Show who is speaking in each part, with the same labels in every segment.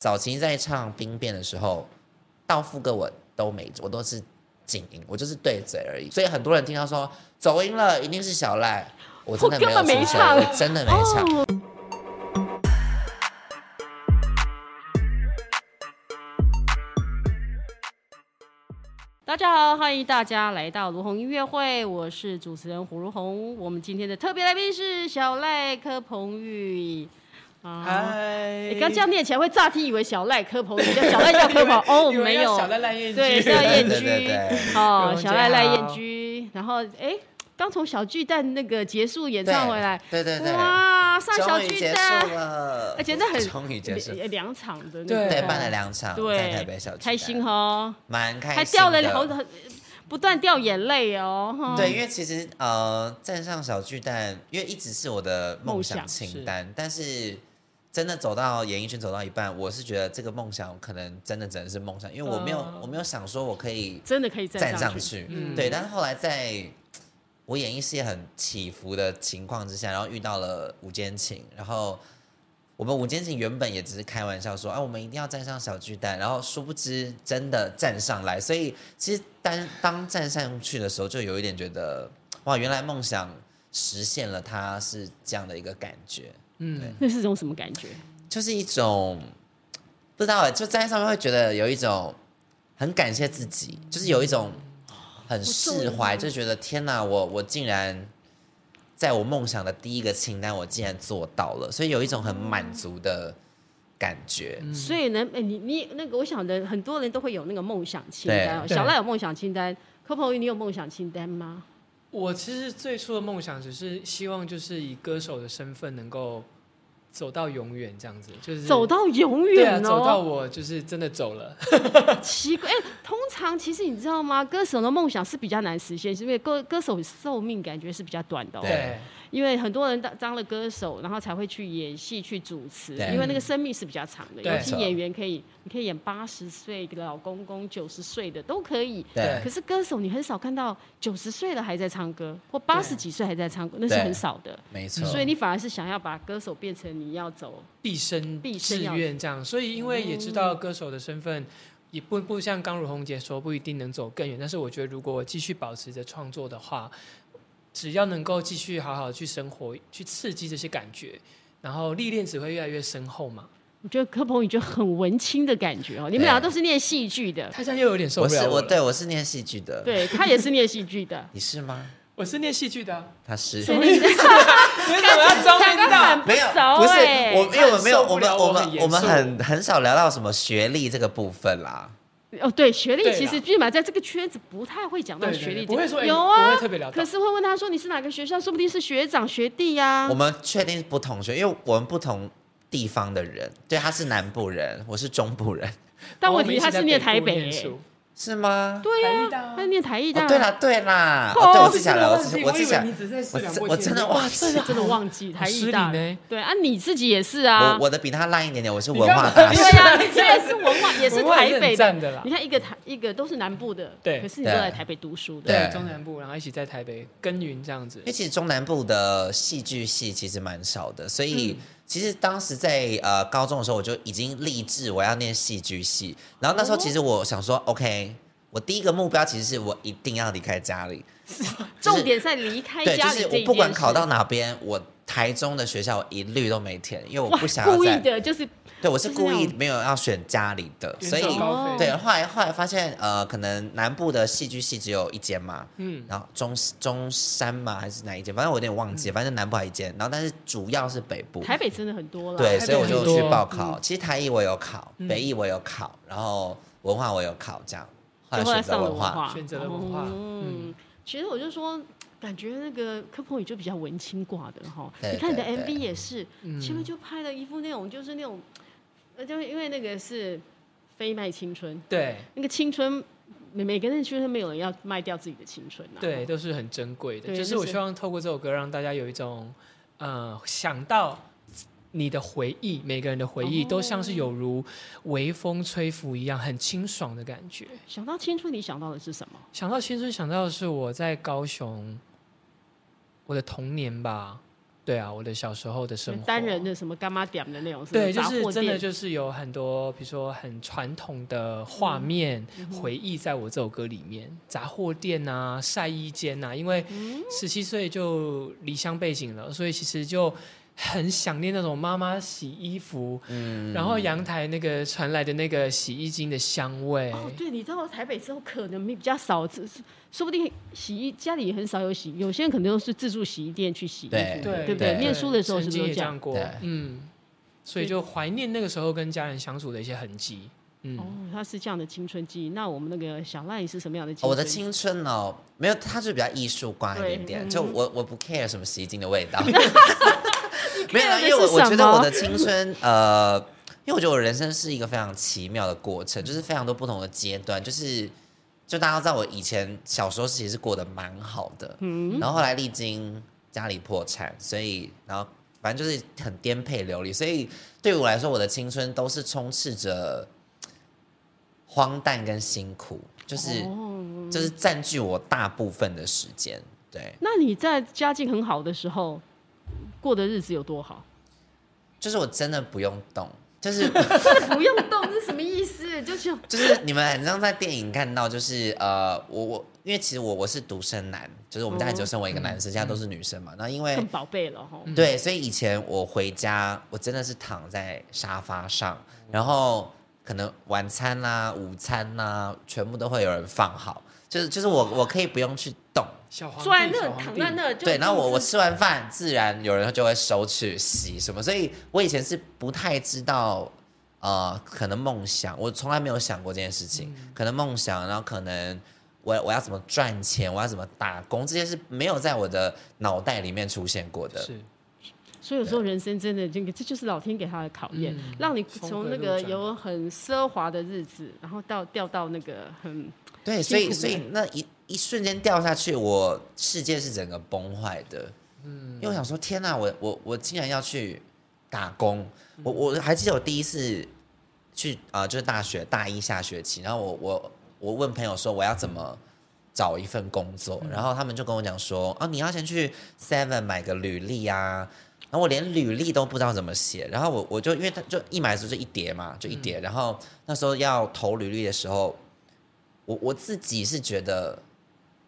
Speaker 1: 早期在唱兵变的时候，到副歌我都没，我都是静音，我就是对嘴而已。所以很多人听到说走音了，一定是小赖，我真的没有
Speaker 2: 我根本
Speaker 1: 出
Speaker 2: 没
Speaker 1: 声，
Speaker 2: 唱哦
Speaker 1: 我真的没唱。
Speaker 2: 大家好，欢迎大家来到卢红音乐会，我是主持人胡如红。我们今天的特别来宾是小赖柯鹏宇。啊，
Speaker 3: 嗨
Speaker 2: 你刚这样念起来会乍听以为小赖柯鹏宇，叫小赖叫柯鹏 哦，
Speaker 3: 以为
Speaker 2: 没
Speaker 3: 要
Speaker 2: 有，
Speaker 3: 小赖赖燕
Speaker 2: 对，
Speaker 3: 居
Speaker 2: 是要 燕
Speaker 1: 对对
Speaker 2: 居
Speaker 1: 对
Speaker 2: 哦，
Speaker 3: 对
Speaker 2: 小赖赖
Speaker 3: 大家
Speaker 2: 燕
Speaker 3: 好
Speaker 2: 居。然后哎，刚从小巨蛋那个结束演唱回来，
Speaker 1: 对对对，
Speaker 2: 哇，上小
Speaker 1: 终于
Speaker 2: 巨
Speaker 1: 结
Speaker 2: 蛋
Speaker 1: 束，了，
Speaker 2: 而且那很
Speaker 1: 终于结束，
Speaker 2: 两两场的那
Speaker 3: 对
Speaker 2: 个，
Speaker 1: 对，办了两场，在台北小
Speaker 2: 对，
Speaker 1: 巨
Speaker 2: 开
Speaker 1: 蛋
Speaker 2: 心，哦。
Speaker 1: 蛮开心，
Speaker 2: 还掉了好。很，不断掉眼泪哦。哈
Speaker 1: 对，因为其实呃，站上小巨蛋，因为一直是我的梦想
Speaker 2: 梦想
Speaker 1: 清单，但是真的走到演艺圈走到一半，我是觉得这个梦想可能真的只能是梦想，因为我没有、
Speaker 3: 嗯
Speaker 1: 我没有想说我可以
Speaker 2: 真的可以站
Speaker 1: 站上
Speaker 2: 去。
Speaker 1: 去，
Speaker 2: 嗯
Speaker 1: 对。但是后来在我演艺事业很起伏的情况之下，然后遇到了吴坚情，然后我们吴坚情原本也只是开玩笑说，啊，我们一定要站上小巨蛋，然后殊不知真的站上来，所以其实当当站上去的时候，就有一点觉得，哇，原来梦想实现了，它是这样的一个感觉，
Speaker 3: 嗯，
Speaker 2: 那是种什么感觉？
Speaker 1: 就是一种不知道欸，就站在上面会觉得有一种很感谢自己，就是有一种很释怀，就觉得天哪，我我竟然在我梦想的第一个清单，我竟然做到了，所以有一种很满足的感觉。
Speaker 3: 嗯
Speaker 2: 所以呢，哎，你你那个，我想的很多人都会有那个梦想清单哦。
Speaker 3: 对对啊
Speaker 2: 小赖有梦想清单，柯鹏宇你有梦想清单吗？
Speaker 3: 我其实最初的梦想只是希望就是以歌手的身份能够走到永远这样子，就是
Speaker 2: 走到永
Speaker 3: 对啊，
Speaker 2: 远
Speaker 3: 走到
Speaker 2: 哦，
Speaker 3: 我就是真的走了，
Speaker 2: 奇怪。哎，通常其实你知道吗？歌手的梦想是比较难实现，是因为歌歌手寿命感觉是比较短的哦。
Speaker 1: 对
Speaker 2: 因为很多人当当了歌手，然后才会去演戏、去主持，
Speaker 1: 对
Speaker 2: 因为那个生命是比较长的。
Speaker 3: 对
Speaker 2: 尤其
Speaker 1: 没错
Speaker 2: 演员可以，你可以演八十岁的老公公、九十岁的都可以。
Speaker 1: 对
Speaker 3: 哎
Speaker 2: 可是歌手，你很少看到九十岁了还在唱歌，或
Speaker 3: 啊
Speaker 2: 八十几岁还在唱歌，那是
Speaker 1: 对
Speaker 2: 很少的。
Speaker 1: 没错，
Speaker 3: 嗯
Speaker 2: 所以你反而是想要把歌手变成你要走，
Speaker 3: 毕生
Speaker 2: 毕生
Speaker 3: 志
Speaker 2: 要
Speaker 3: 愿这样，所以因为也知道歌手的身份。也不不像刚如红姐说，不一定能走更远。但是我觉得，如果我继续保持着创作的话，只要能够继续好好地去生活，去刺激这些感觉，然后历练只会越来越深厚嘛。
Speaker 2: 我觉得柯鹏宇就很文青的感觉哦。你们两个都是念戏剧 的，
Speaker 3: 他现在又有点受
Speaker 1: 我
Speaker 3: 不
Speaker 1: 是
Speaker 3: 了
Speaker 1: 我
Speaker 3: 了
Speaker 1: 对我是念戏剧的，。
Speaker 2: 对他也是念戏剧 的
Speaker 1: 你是吗？
Speaker 3: 我是念戏剧的、啊，
Speaker 1: 他是。
Speaker 2: 所 以你
Speaker 3: 为什么要装
Speaker 2: 刚
Speaker 3: 听
Speaker 2: 刚很
Speaker 3: 到？
Speaker 1: 没有，
Speaker 2: 熟
Speaker 1: 不是
Speaker 2: 欸
Speaker 1: 我，因为我没有，
Speaker 3: 受
Speaker 1: 我
Speaker 3: 不
Speaker 1: 们
Speaker 3: 了
Speaker 1: 我
Speaker 3: 我很
Speaker 1: 们
Speaker 3: 严
Speaker 1: 我们
Speaker 3: 肃
Speaker 1: 很很少聊到什么学历这个部分啦。
Speaker 2: 哦，对，学历
Speaker 3: 对
Speaker 2: 其实
Speaker 3: 啦
Speaker 2: 起码在这个圈子不太会讲到
Speaker 3: 对对
Speaker 2: 学历这
Speaker 3: 对不
Speaker 2: 个，
Speaker 3: 会说哎
Speaker 2: 有
Speaker 3: 不
Speaker 2: 啊
Speaker 3: 会特别聊，到
Speaker 2: 可是会问他说你是哪个学校，说不定是学长学弟啊
Speaker 3: 啊
Speaker 2: 呀、
Speaker 1: 我们确定不同学，因为我们不同地方的人。对，他是南部人，我是中部人，
Speaker 2: 但
Speaker 3: 我
Speaker 2: 问
Speaker 3: 们
Speaker 2: 题
Speaker 3: 一起
Speaker 2: 他
Speaker 3: 在
Speaker 2: 是念
Speaker 3: 北
Speaker 2: 台
Speaker 3: 部
Speaker 2: 北
Speaker 3: 念
Speaker 2: 欸
Speaker 3: 书
Speaker 1: 是吗？
Speaker 2: 对
Speaker 3: 台
Speaker 2: 呀、
Speaker 3: 艺大啊
Speaker 2: 他念台艺大，
Speaker 1: 哦，对啦，对啦，
Speaker 2: 哦
Speaker 1: 哦，对，我
Speaker 2: 是
Speaker 1: 自己想了，我自己我
Speaker 3: 忘记我
Speaker 1: 自
Speaker 3: 以
Speaker 1: 己
Speaker 3: 为
Speaker 1: 想
Speaker 3: 你，只是四
Speaker 1: 我
Speaker 3: 两
Speaker 1: 真
Speaker 3: 拨
Speaker 1: 我
Speaker 3: 千
Speaker 1: 真的
Speaker 3: 斤
Speaker 1: 忘记了，
Speaker 2: 哦真的忘记台艺
Speaker 3: 失
Speaker 2: 大
Speaker 3: 礼呢
Speaker 2: 对啊，你自己也是啊
Speaker 1: 我，我的比他烂一点点，我是
Speaker 3: 你
Speaker 1: 文
Speaker 3: 干
Speaker 1: 化
Speaker 3: 嘛
Speaker 1: 大
Speaker 2: 对
Speaker 1: 师，
Speaker 2: 啊，你虽然是文化，也是
Speaker 3: 文化
Speaker 2: 台
Speaker 3: 也是
Speaker 2: 北
Speaker 3: 很赞的啦
Speaker 2: 你看一个台一个都是南部的，
Speaker 3: 对
Speaker 2: 可是你都
Speaker 1: 啊对
Speaker 2: 在台北读书的，
Speaker 1: 对
Speaker 3: 对中南部，然后一起在台北耕耘这样子
Speaker 1: 因为。其实中南部的戏剧系其实蛮少的，所以
Speaker 3: 嗯
Speaker 1: 其实当时在呃高中的时候，我就已经立志我要念戏剧系。然后那时候
Speaker 3: 哦
Speaker 1: 其实我想说、o k 我第一个目标其实是我一定要离开家 里，就是
Speaker 2: 重点在离开
Speaker 1: 对，就
Speaker 2: 家里
Speaker 1: 是
Speaker 2: 这
Speaker 1: 我
Speaker 2: 一
Speaker 1: 不管
Speaker 2: 件
Speaker 1: 考
Speaker 2: 事
Speaker 1: 到哪边，我台中的学校我一律都没填，因为我
Speaker 2: 哇
Speaker 1: 不想要
Speaker 2: 故
Speaker 1: 在
Speaker 2: 意的，就是
Speaker 1: 对，我是
Speaker 2: 就是那
Speaker 1: 故意
Speaker 2: 种
Speaker 1: 没有要选家里的，
Speaker 3: 远
Speaker 1: 所以
Speaker 3: 走高飞
Speaker 1: 对，后来后来发现，呃，可能南部的戏剧系只有一间嘛，嗯，然后中中山嘛还是哪一间，反正我有点忘记，反正南部还有一间，然后但是主要是北部，
Speaker 2: 嗯台北真的很多了，嗯
Speaker 1: 对，
Speaker 3: 台
Speaker 1: 所以我
Speaker 3: 北
Speaker 1: 就
Speaker 3: 很多
Speaker 1: 去报考。其实台艺我有考，北艺我有考，然后文化我有考，这样后来
Speaker 2: 就后来
Speaker 1: 选择
Speaker 2: 上了
Speaker 1: 文
Speaker 2: 文
Speaker 1: 化，
Speaker 2: 化，
Speaker 3: 选择了文化
Speaker 2: 嗯，其实我就说，感觉那个柯鹏宇就比较文青挂的哈。
Speaker 1: 对
Speaker 2: 你看你的
Speaker 1: 对
Speaker 2: MV
Speaker 1: 对
Speaker 2: 也是，
Speaker 3: 嗯
Speaker 2: 前面就拍了一副那种就是那种，呃，就是因为那个是非卖青春，
Speaker 3: 对
Speaker 2: 那个青春每每个人青春没有人要卖掉自己的青春啊。
Speaker 3: 对，都是很珍贵的。
Speaker 2: 对
Speaker 3: 就是
Speaker 2: 就是
Speaker 3: 我希望透过这首歌，让大家有一种，呃，想到你的回忆，每个人的回忆
Speaker 2: 哦
Speaker 3: 都像是有如微风吹拂一样，很清爽的感觉。
Speaker 2: 想到青春，你想到的是什么？
Speaker 3: 想到青春，想到的是我在高雄，我的童年吧。对啊，我的小时候的
Speaker 2: 就
Speaker 3: 生活，
Speaker 2: 单人的什么干妈点的那种，
Speaker 3: 对，就
Speaker 2: 吧
Speaker 3: 是
Speaker 2: 杂货
Speaker 3: 真的
Speaker 2: 店
Speaker 3: 就是有很多，比如说很传统的画面、
Speaker 2: 嗯
Speaker 3: 回忆，在我这首歌里面，杂货店啊、晒衣间啊，因为
Speaker 2: 嗯
Speaker 3: 十七岁就离乡背井了，所以其实就很想念那种妈妈洗衣服，
Speaker 2: 嗯
Speaker 3: 然后阳台那个传来的那个洗衣精的香味，
Speaker 2: 哦，对，你到台北之后可能比较少，只是哎说不定洗衣家里也很少有洗，有些人可能都是自助洗衣店去洗衣服
Speaker 1: 对
Speaker 2: 的，
Speaker 3: 对
Speaker 2: 对不
Speaker 1: 哎对
Speaker 2: 念书的时候是不是
Speaker 3: 曾经
Speaker 2: 都
Speaker 3: 也
Speaker 2: 这
Speaker 3: 这
Speaker 2: 样？
Speaker 3: 样过
Speaker 1: 对？
Speaker 3: 嗯，所以就怀念那个时候跟家人相处的一些痕迹。嗯，
Speaker 2: 哦，他是这样的青春记忆。那我们那个小赖是什么样的青
Speaker 1: 哦
Speaker 2: 春？
Speaker 1: 我的青春哦，没有，它就比较艺术挂一点
Speaker 2: 对
Speaker 1: 点，
Speaker 2: 嗯
Speaker 1: 就我我不 care 什么洗衣精的味 道，没有
Speaker 2: 的
Speaker 1: 啦，
Speaker 2: 是
Speaker 1: 因为我我觉
Speaker 2: 什
Speaker 1: 得
Speaker 2: 么
Speaker 1: 我的青春呃，因为我觉得我人生是一个非常奇妙的过程，就是非常多不同的阶段，就是就大家都知道我以前小时候其实是过得蛮好的，嗯，然后后来历经家里破产，所以然后反正就是很颠沛流离，所以对我来说，我的青春都是充斥着荒诞跟辛苦，就是。
Speaker 2: 哦，
Speaker 1: 就是占据我大部分的时间。对，
Speaker 2: 那你在家境很好的时候过的日子有多好？
Speaker 1: 就是我真的不用动，就是
Speaker 2: 不用动，这是什么意思？就是
Speaker 1: 就是你们很常在电影看到，就是呃，我我因为其实我我是独生男，就是我们家里只有生我一个男生，现在都是女生嘛。那因为
Speaker 2: 更宝贝了哈。
Speaker 1: 对，所以以前我回家，我真的是躺在沙发上，然后可能晚餐啦、午餐啦、全部都会有人放好，就是就是我我可以不用去动。
Speaker 3: 小皇
Speaker 2: 坐在
Speaker 3: 帝，
Speaker 2: 那
Speaker 3: 小
Speaker 2: 儿
Speaker 3: 皇
Speaker 2: 躺
Speaker 3: 帝
Speaker 2: 在那儿，就
Speaker 1: 对，然后我
Speaker 2: 已
Speaker 1: 我
Speaker 2: 经是
Speaker 1: 吃完饭，自然有人就会收去洗什么，所以我以前是不太知道，呃，可能梦想，我从来没有想过这件事情，
Speaker 2: 嗯
Speaker 1: 可能梦想，然后可能我我要怎么赚钱，我要怎么打工，这些是没有在我的脑袋里面出现过的。
Speaker 3: 是
Speaker 2: 所以有时候人生真的这个，这就是老天给他的考验，
Speaker 3: 嗯
Speaker 2: 让你
Speaker 3: 峰回
Speaker 2: 从那
Speaker 3: 路
Speaker 2: 个
Speaker 3: 转
Speaker 2: 有很奢华的日子，然后到掉到那个很
Speaker 1: 对，
Speaker 2: 辛
Speaker 1: 所以
Speaker 2: 苦欸
Speaker 1: 所以
Speaker 2: 了
Speaker 1: 那一一瞬间掉下去，我世界是整个崩坏的。嗯，因为我想说，天哪、我我我竟然要去打工，我
Speaker 2: 嗯
Speaker 1: 我还记得我第一次去啊、呃就是大学大一下学期，然后我我我问朋友说我要怎么。找一份工作，
Speaker 2: 嗯
Speaker 1: 然后他们就跟我讲说，啊，你要先去 Seven 买个履历啊，然后我连履历都不知道怎么写，然后我我就因为他就一买的时候就一叠嘛，就一叠，
Speaker 2: 嗯
Speaker 1: 然后那时候要投履历的时候，我我自己是觉得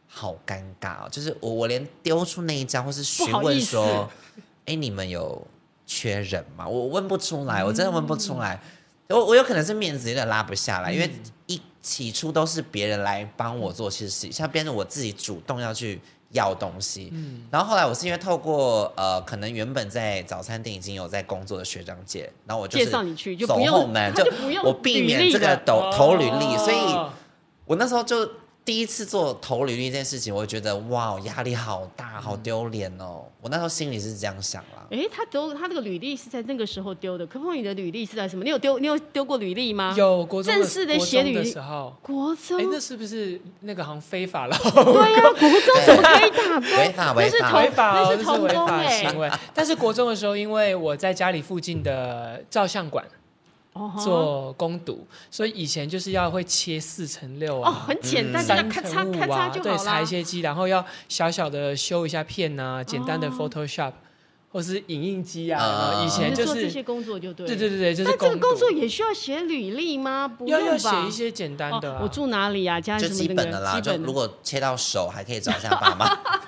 Speaker 1: 好尴尬、哦，就是我我连丢出那一张，或是询
Speaker 2: 不好
Speaker 1: 问
Speaker 2: 意思
Speaker 1: 说，哎，你们有缺人吗？我我问不出
Speaker 2: 嗯
Speaker 1: 来，我真的问不出来，我我有可能是面子有点拉不下
Speaker 2: 嗯
Speaker 1: 来，因为一起初都是别人来帮我做事情，像变成我自己主动要去要东西，
Speaker 2: 嗯
Speaker 1: 然后后来我是因为透过呃，可能原本在早餐店已经有在工作的学长姐，然后我就
Speaker 2: 介
Speaker 1: 是
Speaker 2: 绍你去，就
Speaker 1: 走
Speaker 2: 不
Speaker 1: 后
Speaker 2: 用
Speaker 1: 门，
Speaker 2: 他就不用
Speaker 1: 我避
Speaker 2: 履
Speaker 1: 免
Speaker 2: 历
Speaker 1: 这个
Speaker 2: 了
Speaker 1: 投投履历，
Speaker 3: 哦
Speaker 1: 所以我那时候就第一次做投履历这件事情，我就觉得哇，压力好大，好
Speaker 2: 嗯
Speaker 1: 丢脸哦。我那时候心里是这样想啦。
Speaker 2: 诶，他丢他这个履历是在那个时候丢的，可不可以你的履历是在什么？你有丢你有丢过履历吗？
Speaker 3: 有国中
Speaker 2: 正式的
Speaker 3: 国
Speaker 2: 写
Speaker 3: 中
Speaker 2: 履
Speaker 3: 的
Speaker 2: 历
Speaker 3: 时候，
Speaker 2: 国中
Speaker 3: 哎，那是不是那个好像非 法了？
Speaker 2: 对呀、啊，国中怎么可以打工？
Speaker 1: 违法
Speaker 2: 那
Speaker 1: 违
Speaker 2: 是
Speaker 1: 法
Speaker 2: 同
Speaker 3: 违法
Speaker 2: 那
Speaker 3: 哦，
Speaker 2: 是
Speaker 3: 这
Speaker 2: 童
Speaker 3: 违
Speaker 2: 工
Speaker 3: 法的
Speaker 2: 哎、
Speaker 3: 行为。但是国中的时候，因为我在家里附近的照相馆
Speaker 2: 哦哈
Speaker 3: 做攻读，所以以前就是要会切四乘六
Speaker 2: 哦，
Speaker 3: 啊。
Speaker 2: 很简单，
Speaker 1: 嗯
Speaker 2: 就这
Speaker 3: 三
Speaker 2: 样咔嚓
Speaker 3: 乘五
Speaker 2: 咔
Speaker 3: 啊，
Speaker 2: 嚓就
Speaker 3: 对，
Speaker 2: 好
Speaker 3: 裁
Speaker 2: 啦。
Speaker 3: 切机，然后要小小的修一下片啊，简单的
Speaker 2: 哦
Speaker 3: Photoshop 或是影印机啊。
Speaker 1: 啊
Speaker 3: 有没有以前
Speaker 2: 你
Speaker 3: 就
Speaker 2: 做这
Speaker 3: 是，
Speaker 2: 些工作就对了。
Speaker 3: 对对对对，就是
Speaker 2: 但这个
Speaker 3: 攻
Speaker 2: 工
Speaker 3: 读
Speaker 2: 作也需要写履历吗？不
Speaker 3: 要
Speaker 2: 用
Speaker 3: 要
Speaker 2: 吧？
Speaker 3: 写一些简单的啊
Speaker 2: 哦，。我住哪里啊？家里
Speaker 1: 就
Speaker 2: 什么
Speaker 1: 基本
Speaker 2: 那
Speaker 1: 的
Speaker 2: 个
Speaker 1: 啦，
Speaker 2: 基
Speaker 1: 就
Speaker 2: 本的
Speaker 1: 如果切到手，还可以找一下爸妈。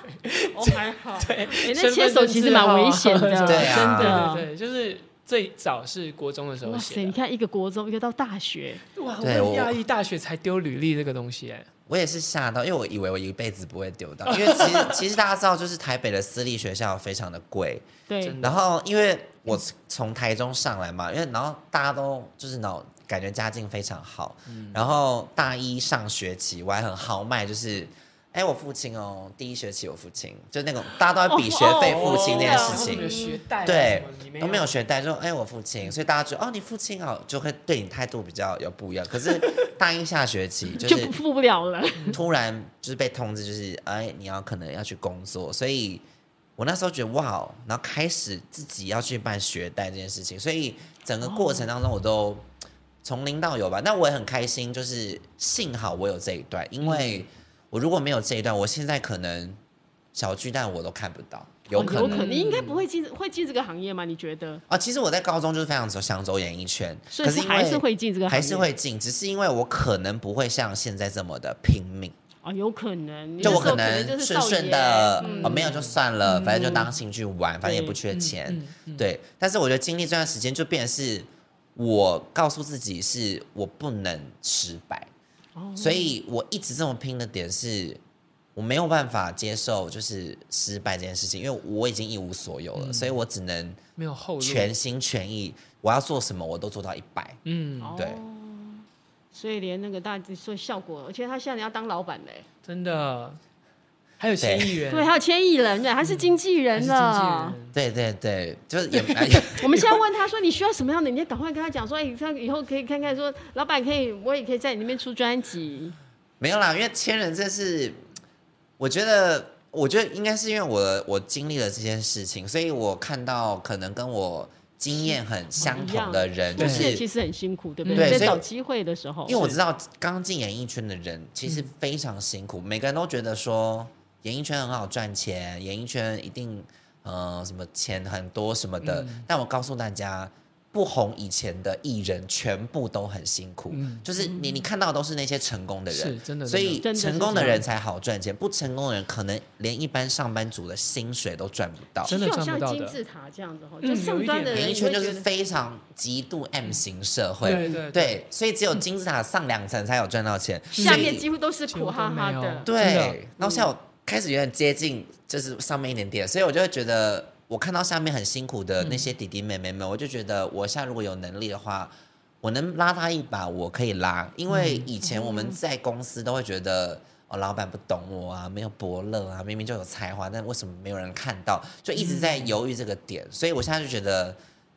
Speaker 2: 哦还好，
Speaker 3: 对
Speaker 2: 诶，那
Speaker 3: 身
Speaker 2: 切
Speaker 3: 份
Speaker 2: 手
Speaker 3: 证
Speaker 2: 其
Speaker 3: 字
Speaker 2: 实蛮
Speaker 3: 号
Speaker 2: 危
Speaker 3: 啊
Speaker 2: 险 的，
Speaker 1: 对啊
Speaker 2: 真的。
Speaker 3: 对对对，就是最早是国中的时候
Speaker 2: 哇塞！
Speaker 3: 写
Speaker 2: 你
Speaker 3: 的。
Speaker 2: 看，一个国中，一个到大学，
Speaker 3: 哇，我
Speaker 1: 对
Speaker 3: 很
Speaker 1: 我
Speaker 3: 讶异，大学才丢履历这个 东西，哎，
Speaker 1: 我也是吓到，因为我以为我一辈子不会丢到，因为其实其实大家知道，就是台北的私立学校非常的贵，
Speaker 2: 对
Speaker 3: 真，的
Speaker 1: 然后因为我从台中上来嘛，因为然后大家都就是脑感觉家境非常好，
Speaker 2: 嗯
Speaker 1: 然后大一上学期我还很豪迈，就是。哎，我父亲哦，第一学期我父亲，就那种大家都在比学费
Speaker 2: 哦
Speaker 1: 父亲这件事
Speaker 3: 哦
Speaker 1: 情，
Speaker 3: 有学贷啊
Speaker 1: 对
Speaker 3: 什么你，
Speaker 1: 都没有学贷，就说哎我父亲，所以大家觉得哦你父亲哦，就会对你态度比较有不一样。可是大一下学期就
Speaker 2: 就是付不了了。
Speaker 1: 突然就是被通知，就是哎，你要可能要去工作，所以我那时候觉得哇哦，然后开始自己要去办学贷这件事情，所以整个过程当中我都从零到有吧。那我也很开心，就是幸好我有这一段，因为我如果没有这一段，我现在可能小巨蛋我都看不到，有可
Speaker 2: 有
Speaker 1: 能
Speaker 2: 可哦能，你应该不会进会进这个行业吗？你觉得？
Speaker 1: 啊、其实我在高中就是非常走想走演艺圈，
Speaker 2: 所以
Speaker 1: 可
Speaker 2: 是
Speaker 1: 因
Speaker 2: 还是
Speaker 1: 为
Speaker 2: 会进这个行业，
Speaker 1: 还是会进，只是因为我可能不会像现在这么的拼命，
Speaker 2: 啊，有可能，
Speaker 1: 就我
Speaker 2: 有时候
Speaker 1: 可
Speaker 2: 就
Speaker 1: 能
Speaker 2: 是
Speaker 1: 顺
Speaker 2: 少
Speaker 1: 顺
Speaker 2: 爷
Speaker 1: 的、
Speaker 2: 嗯
Speaker 1: 哦，没有就算了，反正就
Speaker 2: 嗯
Speaker 1: 当兴趣玩，反正也不缺钱。
Speaker 3: 嗯嗯
Speaker 1: 对，但是我觉得经历这段时间，就变成是我告诉自己，是我不能失败，
Speaker 2: 哦
Speaker 1: 所以我一直这么拼的点是，我没有办法接受就是失败这件事情，因为我已经一无所有
Speaker 2: 嗯
Speaker 1: 了，所以我只能
Speaker 3: 没有后路。
Speaker 1: 全心全意，我要做什么我都做到一百。
Speaker 3: 嗯，
Speaker 1: 对
Speaker 2: 哦所以连那个大说效果，而且他现在要当老板嘞，
Speaker 3: 真的，还有千亿元，
Speaker 2: 对，还有千亿人呢，他是经纪
Speaker 3: 还
Speaker 2: 人
Speaker 3: 是
Speaker 2: 了
Speaker 3: 经。纪
Speaker 1: 对
Speaker 3: 人，
Speaker 1: 对对，就是也
Speaker 2: 我们现在问他说你需要什么样的，你就赶快跟他讲说，哎，这样以后可以看看说，老板可以，我也可以在你那边出专辑。
Speaker 1: 没有啦，因为千人这是，我觉得，我觉得应该是因为我我经历了这些事情，所以我看到可能跟我经验很相同的人，就
Speaker 2: 做
Speaker 3: 对
Speaker 2: 事
Speaker 1: 是
Speaker 2: 其实很辛苦，对不
Speaker 1: 对
Speaker 2: 在
Speaker 1: 所以
Speaker 2: 找机会的时候，
Speaker 1: 因为我知道刚进演艺圈的人其实非常辛苦，每个人都觉得说演艺圈很好赚钱，演艺圈一定呃什么钱很多什么的。但我告诉大家，不红以前的艺人全部都很辛苦，
Speaker 3: 嗯
Speaker 1: 就是你你看到都是那些成功的
Speaker 3: 是
Speaker 1: 人。
Speaker 3: 真的，
Speaker 1: 所以
Speaker 2: 真的
Speaker 1: 成
Speaker 2: 是
Speaker 1: 功
Speaker 2: 这
Speaker 1: 的
Speaker 2: 样
Speaker 1: 人才好赚钱，不成功的人可能连一般上班族的薪水都赚不到。
Speaker 3: 真的
Speaker 2: 就好
Speaker 3: 赚不
Speaker 2: 像
Speaker 3: 到
Speaker 2: 金
Speaker 3: 的
Speaker 2: 字塔这样子哈，
Speaker 3: 嗯
Speaker 2: 就上端的人
Speaker 1: 演艺
Speaker 2: 你
Speaker 1: 圈
Speaker 2: 会觉
Speaker 1: 就是
Speaker 2: 得
Speaker 1: 非常极度 M 型社会，
Speaker 3: 对对
Speaker 1: 对，所以只有金字塔上两层才有赚到钱，
Speaker 2: 下
Speaker 1: 所
Speaker 2: 面
Speaker 1: 以
Speaker 2: 几乎都是苦哈哈
Speaker 3: 几
Speaker 2: 的。
Speaker 3: 乎都没有真的嗯
Speaker 1: 对，啊然后现在我开始有点接近，就是上面一点点，所以我就会觉得，我看到下面很辛苦的那些弟弟妹妹们，我就觉得，我现在如果有能力的话，我能拉他一把，我可以拉，因为以前我们在公司都会觉
Speaker 3: 嗯
Speaker 1: 得。哦，老板不懂我啊，没有伯乐啊，明明就有才华，但为什么没有人看到？就一直
Speaker 3: 嗯
Speaker 1: 在犹豫这个点，所以我现在就觉得，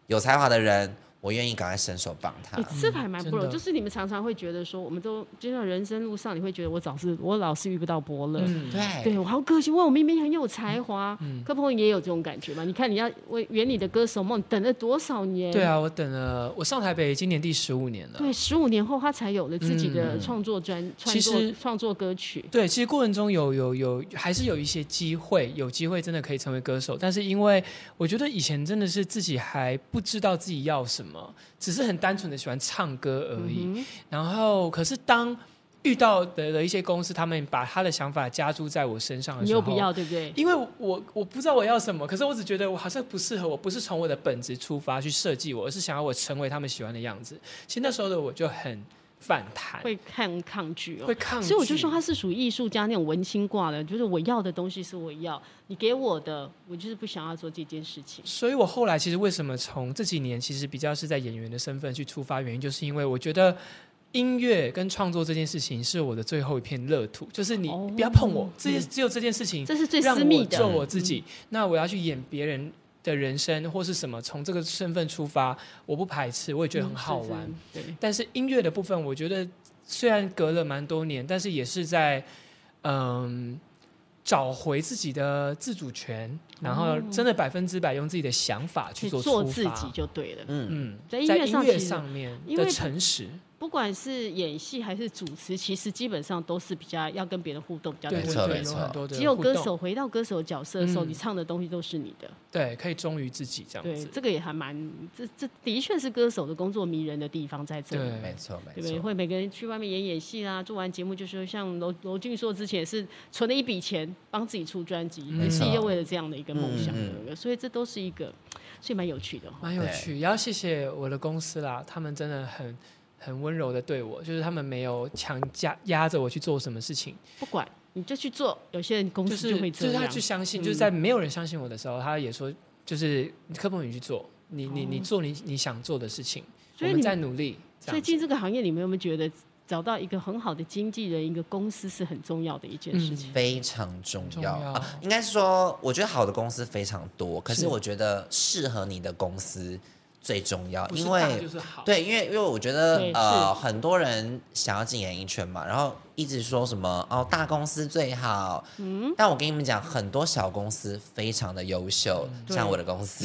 Speaker 1: 有才华的人，我愿意赶快伸手帮他
Speaker 2: 你。这哎个还蛮不容易，
Speaker 3: 真的
Speaker 2: 就是你们常常会觉得说，我们都就像人生路上，你会觉得我早是我老是遇不到伯乐，
Speaker 3: 嗯，
Speaker 1: 对，
Speaker 2: 对我好可惜，哇我明明很有才华，
Speaker 3: 嗯
Speaker 2: 柯鹏也有这种感觉嘛？你看你要为圆你的歌手梦等了多少年？
Speaker 3: 对，啊，我等了，我上台北今年第十五年了。
Speaker 2: 对，十五年后他才有了自己的创作专、创
Speaker 3: 嗯其
Speaker 2: 作
Speaker 3: 实
Speaker 2: 创作歌曲。
Speaker 3: 对，其实过程中有有有，还是有一些机会，有机会真的可以成为歌手。但是因为我觉得以前真的是自己还不知道自己要什么，只是很单纯的喜欢唱歌而已。
Speaker 2: 嗯
Speaker 3: 然后，可是当遇到的的一些公司，他们把他的想法加注在我身上
Speaker 2: 哼，
Speaker 3: 的
Speaker 2: 你
Speaker 3: 时
Speaker 2: 又
Speaker 3: 候，
Speaker 2: 不要，对不对？
Speaker 3: 因为我我不知道我要什么，可是我只觉得我好像不适合我，不是从我的本质出发去设计我，而是想要我成为他们喜欢的样子。其实那时候的我就很反弹，
Speaker 2: 会看抗拒哦，
Speaker 3: 会抗拒，
Speaker 2: 所以我就说他是属于艺术家那种文青挂的，就是我要的东西是我要，你给我的，我就是不想要做这件事情。
Speaker 3: 所以我后来其实为什么从这几年其实比较是在演员的身份去出发，原因就是因为我觉得音乐跟创作这件事情是我的最后一片乐土，就是你
Speaker 2: 哦
Speaker 3: 不要碰我，这件只有这件事情
Speaker 2: 这是最
Speaker 3: 让
Speaker 2: 私密
Speaker 3: 我做
Speaker 2: 的，
Speaker 3: 我自己，那我要去演别人的人生或是什么，从这个身份出发，我不排斥，我也觉得很好
Speaker 2: 嗯是
Speaker 3: 玩。
Speaker 2: 是对，
Speaker 3: 但是音乐的部分，我觉得虽然隔了蛮多年，但是也是在嗯找回自己的自主权，然后真的百分之百用自己的想法
Speaker 2: 哦
Speaker 3: 去
Speaker 2: 去
Speaker 3: 做
Speaker 2: 做
Speaker 3: 出
Speaker 2: 自
Speaker 3: 发
Speaker 2: 己。就对了。
Speaker 1: 嗯，
Speaker 3: 嗯，
Speaker 2: 在
Speaker 3: 在
Speaker 2: 音乐
Speaker 3: 音
Speaker 2: 上
Speaker 3: 乐
Speaker 2: 其实
Speaker 3: 上面
Speaker 2: 因
Speaker 3: 的
Speaker 2: 为
Speaker 3: 诚实，
Speaker 2: 不管是演戏还是主持，其实基本上都是比较要跟别人互动比较多
Speaker 1: 没
Speaker 3: 对对
Speaker 1: 错
Speaker 3: 对，
Speaker 1: 没
Speaker 3: 有
Speaker 1: 错
Speaker 3: 很多的
Speaker 2: 只有
Speaker 3: 互
Speaker 2: 歌
Speaker 3: 动，
Speaker 2: 手回到歌手角色的时候，
Speaker 3: 嗯
Speaker 2: 你唱的东西都是你的。
Speaker 3: 对，可以忠于自己这样
Speaker 2: 对，
Speaker 3: 子。
Speaker 2: 这个也还蛮，这这的确是歌手的工作迷人的地方在这里。
Speaker 1: 没
Speaker 3: 对，
Speaker 1: 错没
Speaker 2: 对不对？
Speaker 1: 错。
Speaker 2: 会每个人去外面演演戏啦，做完节目就说像娄娄俊硕之前也是存了一笔钱帮自己出专辑，
Speaker 3: 没
Speaker 2: 也是
Speaker 1: 错
Speaker 2: 又为了这样的一个梦想，
Speaker 1: 嗯嗯
Speaker 2: 对不对所以这都是一个，所以蛮有趣的哦哈。
Speaker 3: 蛮有趣。也要谢谢我的公司啦，他们真的很很温柔的对我，就是他们没有强加压着我去做什么事情。
Speaker 2: 不管你就去做，有些人公
Speaker 3: 就
Speaker 2: 司
Speaker 3: 是
Speaker 2: 会这
Speaker 3: 是
Speaker 2: 样。
Speaker 3: 他去相
Speaker 2: 嗯
Speaker 3: 信，就是在没有人相信我的时候，他也说，就是柯鹏宇去做，你你你做你你想做的事情，
Speaker 2: 哦所以
Speaker 3: 我们
Speaker 2: 你
Speaker 3: 在努力。这
Speaker 2: 所以
Speaker 3: 样子
Speaker 2: 进这个行业，你们有没有觉得找到一个很好的经纪人、一个公司是很重要的一件事
Speaker 3: 嗯
Speaker 2: 情？
Speaker 1: 非常重
Speaker 3: 重
Speaker 1: 要
Speaker 3: 要
Speaker 1: 啊！应该是说，我觉得好的公司非常多，可是
Speaker 3: 是
Speaker 1: 我觉得适合你的公司最重要，
Speaker 3: 不是
Speaker 1: 因
Speaker 3: 大
Speaker 1: 为
Speaker 3: 就是好，
Speaker 1: 对，因为因为我觉得
Speaker 2: 对
Speaker 1: 呃，很多人想要进演艺圈嘛，然后一直说什么哦大公司最好，嗯，但我跟你们讲，很多小公司非常的优秀，
Speaker 2: 对
Speaker 1: 像我的公司，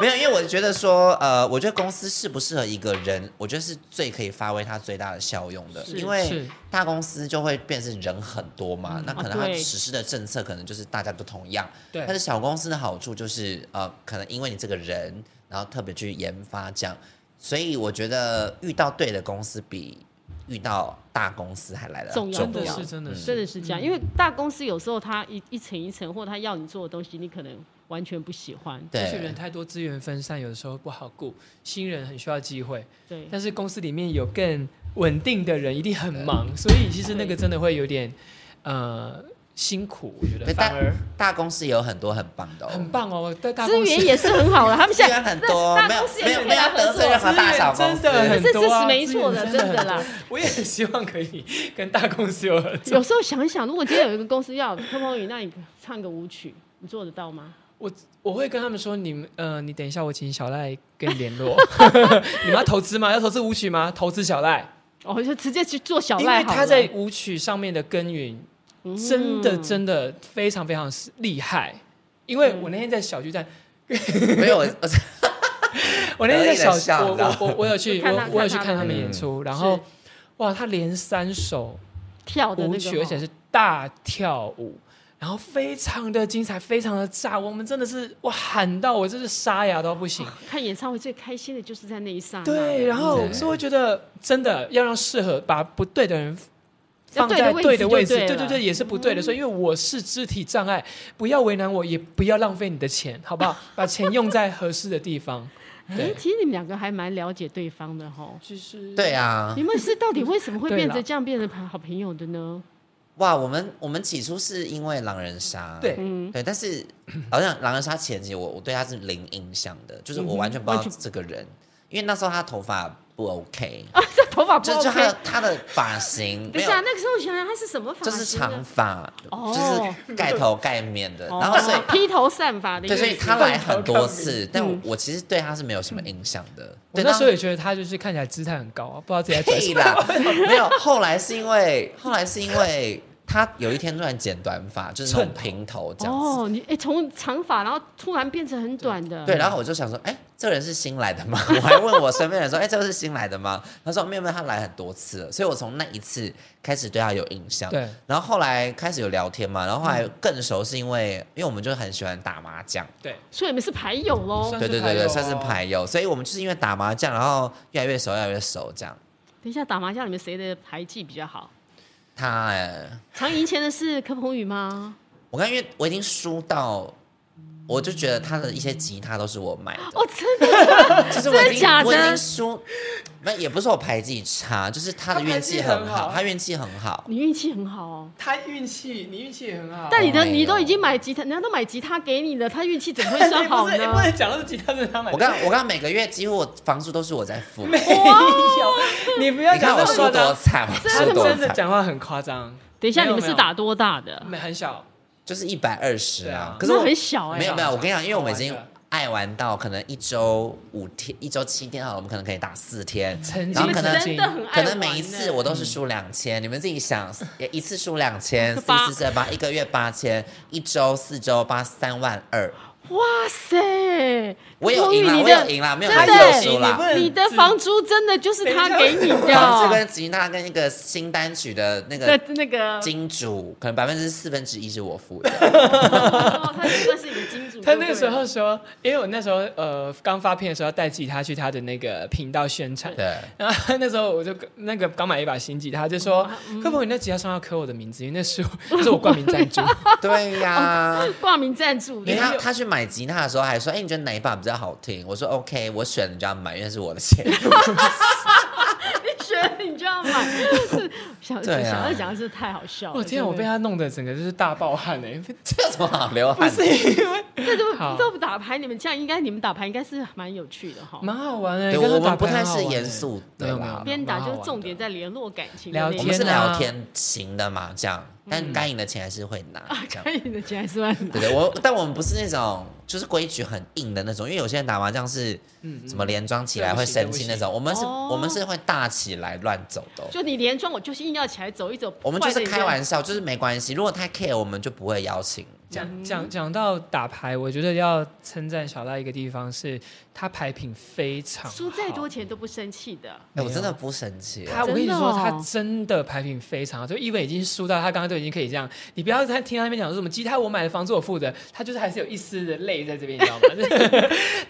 Speaker 1: 没有，因为我觉得说，呃，我觉得公司适不适合一个人，我觉得是最可以发挥它最大的效用的，
Speaker 2: 是
Speaker 1: 因为
Speaker 3: 是
Speaker 1: 大公司就会变成人很多嘛，那可能它
Speaker 2: 啊对
Speaker 1: 实施的政策可能就是大家都同样，
Speaker 3: 嗯哦对
Speaker 1: 但是小公司的好处就是，呃，可能因为你这个人，然后特别去研发这样，所以我觉得遇到对的公司比遇到大公司还来得
Speaker 2: 重要
Speaker 3: 真
Speaker 1: 重
Speaker 3: 的
Speaker 1: 要
Speaker 3: 是。真的是
Speaker 1: 嗯
Speaker 2: 真的是这样，因为大公司有时候它一一层一层，或他要你做的东西，你可能完全不喜欢。
Speaker 3: 这些
Speaker 1: 对
Speaker 3: 人，太多，资源分散，有的时候不好顾。新人很需要机会，
Speaker 2: 对，
Speaker 3: 但是公司里面有更稳定的人，一定很忙，所以其实那个真的会有点呃辛苦，我觉得
Speaker 1: 对
Speaker 3: 反
Speaker 1: 但
Speaker 3: 而
Speaker 1: 大公司也有很多很棒的、哦，
Speaker 3: 很棒哦。在大
Speaker 2: 资
Speaker 3: 公司
Speaker 2: 源也是很好了，他们
Speaker 1: 资
Speaker 2: 现在
Speaker 1: 源很多，
Speaker 2: 大
Speaker 1: 没有
Speaker 2: 公司也
Speaker 1: 没有
Speaker 2: 是可以
Speaker 1: 没有
Speaker 2: 来合
Speaker 1: 得罪任何大小公司，
Speaker 3: 啊资源 真的很
Speaker 2: 这
Speaker 3: 多
Speaker 2: 这是
Speaker 3: 啊
Speaker 2: 没错的，
Speaker 3: 资源
Speaker 2: 真
Speaker 3: 真的
Speaker 2: 的啦。
Speaker 3: 我也很希望可以跟大公司有合作。
Speaker 2: 有时候想一想，如果今天有一个公司要柯鹏宇，那你唱个舞曲，你做得到吗？
Speaker 3: 我会跟他们说，你们呃，你等一下，我请小赖跟你联 络。你们要投资吗？要投资舞曲吗？投资小赖，
Speaker 2: 哦，就直接去做小
Speaker 3: 因
Speaker 2: 赖
Speaker 3: 为
Speaker 2: 好了。
Speaker 3: 他在舞曲上面的耕耘
Speaker 2: 嗯
Speaker 3: 真的真的非常非常厉害。因为我那天在小巨蛋，
Speaker 1: 没有我 我
Speaker 3: 我那
Speaker 1: 得
Speaker 3: 天在
Speaker 1: 意的嗯
Speaker 3: 小
Speaker 1: 笑
Speaker 3: 我
Speaker 1: 你知道吗
Speaker 3: 我我我有去
Speaker 2: 就 看他
Speaker 3: 我我有去
Speaker 2: 看他
Speaker 3: 看他们
Speaker 1: 们
Speaker 3: 演出，然后哇，他连三首
Speaker 2: 跳的那
Speaker 3: 舞
Speaker 2: 个
Speaker 3: 曲，而且
Speaker 2: 哦
Speaker 3: 是大跳舞，然后非常的精彩，非常的炸，我们真的是哇喊到我真是沙哑到 不行。
Speaker 2: 看演唱会最开心的就是在那一刹那。
Speaker 3: 对，然后
Speaker 1: 对
Speaker 3: 所以我觉得真的要让适合把不对的人
Speaker 2: 要
Speaker 3: 放
Speaker 2: 对的
Speaker 3: 在
Speaker 2: 位置
Speaker 3: 对的位置，
Speaker 2: 就对
Speaker 3: 对对
Speaker 2: 了嗯
Speaker 3: 对，也是不对的。所以因为我是肢体障碍，不要为难我，也不要浪费你的钱，好不好？把钱用在合适的 地方。
Speaker 2: 哎
Speaker 3: 对，，
Speaker 2: 其实你们两个还蛮了解对方的哈。
Speaker 3: 就是
Speaker 1: 对啊
Speaker 2: 你，们是到底为什么会
Speaker 3: 对
Speaker 2: 变
Speaker 3: 啦
Speaker 2: 成这样变成好朋友的呢？
Speaker 1: 哇，我们我们起初是因为狼人杀，
Speaker 3: 对
Speaker 2: 嗯，
Speaker 1: 对，但是 好像狼人杀前期我我对他是零印象的，就是我完全不知
Speaker 2: 完
Speaker 1: 道这个人，因为那时候他头发不 OK，
Speaker 2: 这 头发不
Speaker 1: 就就他
Speaker 2: OK。
Speaker 1: 的他的发 型
Speaker 2: 等
Speaker 1: 没
Speaker 2: 一
Speaker 1: 有
Speaker 2: 下，。啊那个时候想想他是什么发
Speaker 1: 就
Speaker 2: 型？啊
Speaker 1: 是长，发，
Speaker 2: 哦
Speaker 1: 就是盖头盖面的，
Speaker 2: 哦
Speaker 1: 然后 所以
Speaker 2: 披头散发的意
Speaker 1: 对，
Speaker 2: 思。
Speaker 1: 所以他来很多
Speaker 3: 就是
Speaker 1: 次，但我我其实对他是没有什么印象的。
Speaker 3: 我
Speaker 1: 对，
Speaker 3: 那
Speaker 1: 然后
Speaker 3: 时候也觉得他就是看起来姿态很高，啊不知道自己在拽什
Speaker 1: 屁
Speaker 3: 么。
Speaker 1: 啦， 没有。后来是因为，后来是因为他有一天突然剪短发，就是那种平头这样子。
Speaker 2: 哦，你哎，从长发然后突然变成很短
Speaker 3: 嗯
Speaker 2: 的，
Speaker 1: 对，然后我就想说，哎、这个人是新来的吗？ 我还问我身边人说，哎、这个是新来的吗？他说没有没有，他来很多次了。所以我从那一次开始对他有印象。
Speaker 3: 对，嗯
Speaker 1: 然后后来开始有聊天嘛，然后后来更熟是因为，因为我们就很喜欢打麻将，
Speaker 3: 对，
Speaker 2: 所以你们是牌友喽。
Speaker 3: 算
Speaker 1: 对
Speaker 3: 是
Speaker 1: 对
Speaker 3: 牌
Speaker 1: 对对，
Speaker 3: 友哦
Speaker 1: 算是牌友，所以我们就是因为打麻将，然后越来越熟，越来越熟这样。
Speaker 2: 等一下打麻将，你们谁的牌技比较好？
Speaker 1: 他、哎。
Speaker 2: 常赢钱的是柯鹏宇吗？
Speaker 1: 我看，因为我已经输到，我就觉得他的一些吉他都是我买的，
Speaker 2: 哦，真的，
Speaker 1: 就是我已
Speaker 2: 真的
Speaker 1: 经
Speaker 2: 假的
Speaker 1: 我已经输，那也不是我牌技差，就是他的
Speaker 3: 他牌
Speaker 1: 运
Speaker 3: 技
Speaker 1: 气
Speaker 3: 很
Speaker 1: 很
Speaker 3: 好
Speaker 1: 好，他运气很好。
Speaker 2: 你运气很好哦。
Speaker 3: 他运气，你运气也很好。
Speaker 2: 但你的
Speaker 1: 哦没有
Speaker 2: 你都已经买吉他，人家都买吉他给你了，他运气怎 么会
Speaker 3: 你
Speaker 2: 算好
Speaker 3: 不是你不
Speaker 2: 呢？
Speaker 3: 能讲到是吉他是他买
Speaker 1: 我
Speaker 3: 的，
Speaker 1: 刚我刚每个月几乎我房租都是我在付，
Speaker 3: 没
Speaker 1: 你
Speaker 3: 有， 你不要
Speaker 1: 看
Speaker 3: 讲
Speaker 1: 我
Speaker 3: 到
Speaker 1: 输
Speaker 3: 夸
Speaker 1: 多
Speaker 3: 张。
Speaker 1: 惨，我
Speaker 3: 他
Speaker 1: 输
Speaker 3: 们
Speaker 1: 多
Speaker 3: 真的
Speaker 1: 惨，
Speaker 3: 讲话很夸张，
Speaker 2: 等一下，
Speaker 3: 没
Speaker 2: 你
Speaker 3: 有
Speaker 2: 们是打多大的？
Speaker 3: 没很小。
Speaker 1: 就是一百二十啊
Speaker 3: 对啊。
Speaker 1: 可是
Speaker 2: 那
Speaker 1: 我
Speaker 2: 很小哎、
Speaker 1: 没有没有，我跟你讲，因为我们已经
Speaker 3: 好玩的
Speaker 1: 爱玩到可能一周五天，一周七天好了，我们可能可以打四天，
Speaker 3: 曾
Speaker 1: 然
Speaker 3: 经
Speaker 1: 后可能
Speaker 2: 真的很爱玩呢
Speaker 1: 可能每一次我都是输两千，你们自己想，一次输两千，四
Speaker 2: 八
Speaker 1: 四四八，一个月八千，一周四周八三万二，
Speaker 2: 哇塞，
Speaker 1: 我有赢啦，
Speaker 2: 你
Speaker 1: 我有
Speaker 2: 的
Speaker 1: 赢啦，没有
Speaker 2: 真
Speaker 1: 他
Speaker 2: 的
Speaker 1: 有输
Speaker 3: 你不
Speaker 1: 啦。
Speaker 3: 能
Speaker 2: 你的房租真的就是他给你
Speaker 1: 房子
Speaker 2: 的
Speaker 1: 跟吉他跟一个新单曲的那
Speaker 2: 的
Speaker 1: 个
Speaker 2: 那个，
Speaker 1: 金主，可能百分之四分之一是我付的。
Speaker 2: 哦他算是你的金主。
Speaker 3: 他那
Speaker 2: 对不
Speaker 3: 个时
Speaker 2: 对
Speaker 3: 候说，因为我那时候呃刚发片的时候要带吉他去他的那个频道宣传，
Speaker 1: 对，
Speaker 3: 然后那时候我就跟那个刚买一把新吉他，就说柯鹏宇那吉他上要刻我的名字，因为那是我 那 是我冠名赞助，
Speaker 1: 对呀。
Speaker 3: 哦
Speaker 2: 挂名赞助
Speaker 1: 因为
Speaker 2: 的，
Speaker 1: 他他去买吉他的时候还说：“哎、你觉得哪一把比较好听？”我说：“OK，我选你就要买，因为是我的钱。
Speaker 2: 你选了你就要 买。想
Speaker 1: 对啊
Speaker 2: 想要讲的是太好笑了。
Speaker 3: 我天啊，我被
Speaker 2: 他
Speaker 3: 他弄得整个就是大暴汗哎，不”
Speaker 1: 这有什么好流汗？
Speaker 3: 是因为
Speaker 2: 这都
Speaker 3: 好
Speaker 2: 都不打牌，你们这样应该你们打牌应该是蛮有趣的哈。
Speaker 3: 蛮好玩哎，
Speaker 1: 对，
Speaker 3: 跟他
Speaker 1: 我
Speaker 3: 打
Speaker 1: 们不
Speaker 3: 牌
Speaker 1: 太
Speaker 3: 很好
Speaker 1: 是
Speaker 3: 玩
Speaker 1: 严
Speaker 3: 欸
Speaker 1: 肃
Speaker 3: 没
Speaker 1: 的
Speaker 3: 有没有
Speaker 1: 啦
Speaker 3: 没，有
Speaker 2: 边打就是
Speaker 3: 蛮好玩的
Speaker 2: 重点在联络感情的
Speaker 3: 聊
Speaker 2: 那一
Speaker 3: 天
Speaker 1: 我们
Speaker 2: 种，
Speaker 1: 是
Speaker 3: 天哪嗯
Speaker 1: 聊天型的麻将，但该赢的钱还是会拿。这样
Speaker 2: 啊 可以的钱还是万拿。
Speaker 1: 对对，我但我们不是那种就是规矩很硬的那种，因为有些人打麻将是什么连庄起来会生气那种，我们是
Speaker 2: 哦
Speaker 1: 我们是会大起来乱走的哦。
Speaker 2: 就你连装，我就是硬要起来走一走。
Speaker 1: 我们就
Speaker 2: 坏
Speaker 1: 是
Speaker 2: 的一
Speaker 1: 开
Speaker 2: 样
Speaker 1: 玩笑，就是没关系。如果太 care，我们就不会邀请。这
Speaker 2: 嗯
Speaker 3: 讲讲讲到打牌，我觉得要称赞小赖一个地方是，他牌品非常好
Speaker 2: 输再多钱都不生气的。
Speaker 1: 哎、我真的不生气。
Speaker 3: 他，我跟你
Speaker 2: 真的
Speaker 3: 说，
Speaker 2: 哦
Speaker 3: 他真的牌品非常好，就意味已经输到他刚刚都已经可以这样。你不要在听他那边讲说什么鸡他我买的房子我付的，他就是还是有一丝的泪在这边，你知道吗？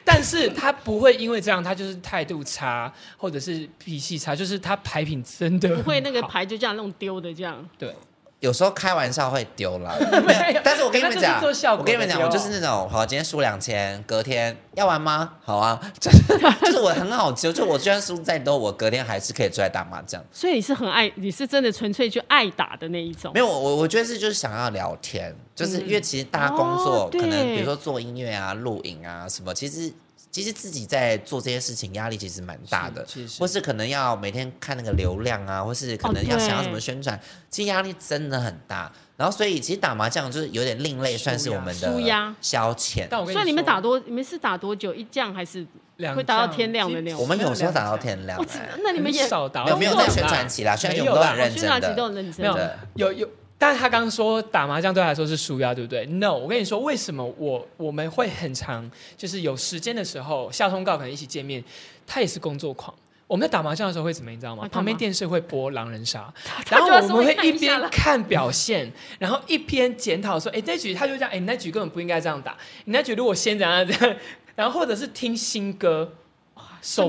Speaker 3: 但是他不会因为这样，他就是态度差或者是脾气差，就是他牌品真的
Speaker 2: 不会那个
Speaker 3: 很好
Speaker 2: 牌就这样弄丢的这样。
Speaker 3: 对，
Speaker 1: 有时候开玩笑会丢啦，
Speaker 3: 没有
Speaker 1: 但是我跟你们
Speaker 3: 那就
Speaker 1: 讲
Speaker 3: 是做效，
Speaker 1: 我
Speaker 3: 果
Speaker 1: 跟你们讲，
Speaker 3: 的
Speaker 1: 我
Speaker 3: 丢哦
Speaker 1: 就是那种，好，今天输两千，隔天要玩吗？好啊， 就是就是我很好奇，就我就算输再多，我隔天还是可以出来打麻将。
Speaker 2: 所以你是很爱，你是真的纯粹就爱打的那一种
Speaker 1: 没。有，我我我觉得是就是想要聊天，就是
Speaker 3: 嗯
Speaker 1: 因为其实大家工作、
Speaker 2: 哦
Speaker 1: 可能，
Speaker 2: 对
Speaker 1: 比如说做音乐啊、录影啊什么，其实其实自己在做这些事情压力其实蛮大的，
Speaker 3: 是是
Speaker 1: 或是可能要每天看那个流量啊，或是可
Speaker 2: 哦
Speaker 1: 能要
Speaker 2: 对
Speaker 1: 想要怎么宣传，其实压力真的很大。然后所以其实打麻将就是有点另类，
Speaker 3: 舒
Speaker 1: 算是我
Speaker 3: 压
Speaker 1: 们
Speaker 2: 舒
Speaker 1: 的
Speaker 2: 压
Speaker 1: 消遣。
Speaker 3: 但我跟你
Speaker 2: 所以
Speaker 3: 说，
Speaker 2: 你们打多，你们是打多久？一将还是？
Speaker 3: 两
Speaker 2: 会打到
Speaker 3: 仗
Speaker 2: 天亮的那种
Speaker 1: 我们有时候打到，天亮、
Speaker 2: 哦
Speaker 1: 欸，
Speaker 2: 那你们也
Speaker 3: 很少打
Speaker 1: 没有
Speaker 3: 到
Speaker 1: 没有
Speaker 3: 天
Speaker 1: 在
Speaker 3: 亮
Speaker 1: 宣传
Speaker 3: 啦
Speaker 1: 期啦，宣传期
Speaker 3: 没
Speaker 1: 我
Speaker 3: 有
Speaker 1: 们都
Speaker 3: 啦
Speaker 1: 很认
Speaker 2: 宣传
Speaker 1: 真
Speaker 2: 期都
Speaker 1: 的。
Speaker 2: 很认真
Speaker 3: 没有
Speaker 2: 的。
Speaker 1: 的
Speaker 3: 有有，但是他刚刚说打麻将对他来说是舒压，对不对？No，我跟你说，为什么我我们会很长，就是有时间的时候下通告可能一起见面，他也是工作狂。我们在打麻将的时候会怎么，你知道
Speaker 2: 会
Speaker 3: 吗？
Speaker 2: 干嘛
Speaker 3: 旁边电视会播《狼人杀》，
Speaker 2: 他
Speaker 3: 然后
Speaker 2: 就要
Speaker 3: 我
Speaker 2: 稍微
Speaker 3: 们会
Speaker 2: 看
Speaker 3: 一
Speaker 2: 一下
Speaker 3: 边
Speaker 2: 啦
Speaker 3: 看表现，然后一边检讨说：“哎，那局他就这样，哎，你那局根本不应该这样打，你那局如果先怎样怎样。”然后或者是听新歌，首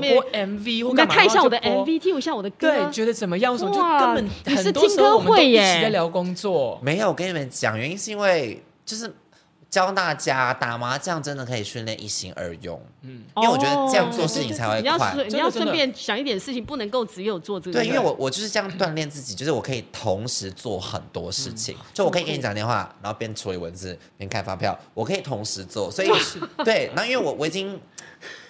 Speaker 2: 顺便
Speaker 3: 播 MV 或
Speaker 2: 我
Speaker 3: 干
Speaker 2: 们
Speaker 3: 嘛，
Speaker 2: 看一
Speaker 3: 然
Speaker 2: 下
Speaker 3: 后
Speaker 2: 我
Speaker 3: 就
Speaker 2: 的
Speaker 3: 播
Speaker 2: MV，听一下我的歌
Speaker 3: 对，
Speaker 2: 啊。
Speaker 3: 觉得怎么样？什么就
Speaker 2: 哇
Speaker 3: 根
Speaker 2: 你
Speaker 3: 本
Speaker 2: 是
Speaker 3: 很多时候我
Speaker 2: 听
Speaker 3: 们都
Speaker 2: 歌会
Speaker 3: 一
Speaker 2: 耶
Speaker 3: 直在聊工作，
Speaker 1: 没有，我跟你们讲，原因是因为就是教大家打麻将真的可以训练一心二用，
Speaker 3: 嗯，
Speaker 1: 因为我觉得这样做
Speaker 2: 哦
Speaker 1: 事情才
Speaker 2: 对
Speaker 1: 会
Speaker 2: 你要
Speaker 1: 快。
Speaker 2: 顺你
Speaker 3: 真的
Speaker 2: 要
Speaker 3: 真的
Speaker 2: 顺便想一点事情，不能够只有做这个。
Speaker 1: 对，因为我我就是这样锻炼自己，就是我可以同时做很多事情，就我可以给你讲电话，然后边处理文字边看发票，我可以同时做，所以 对，那因为我我已经。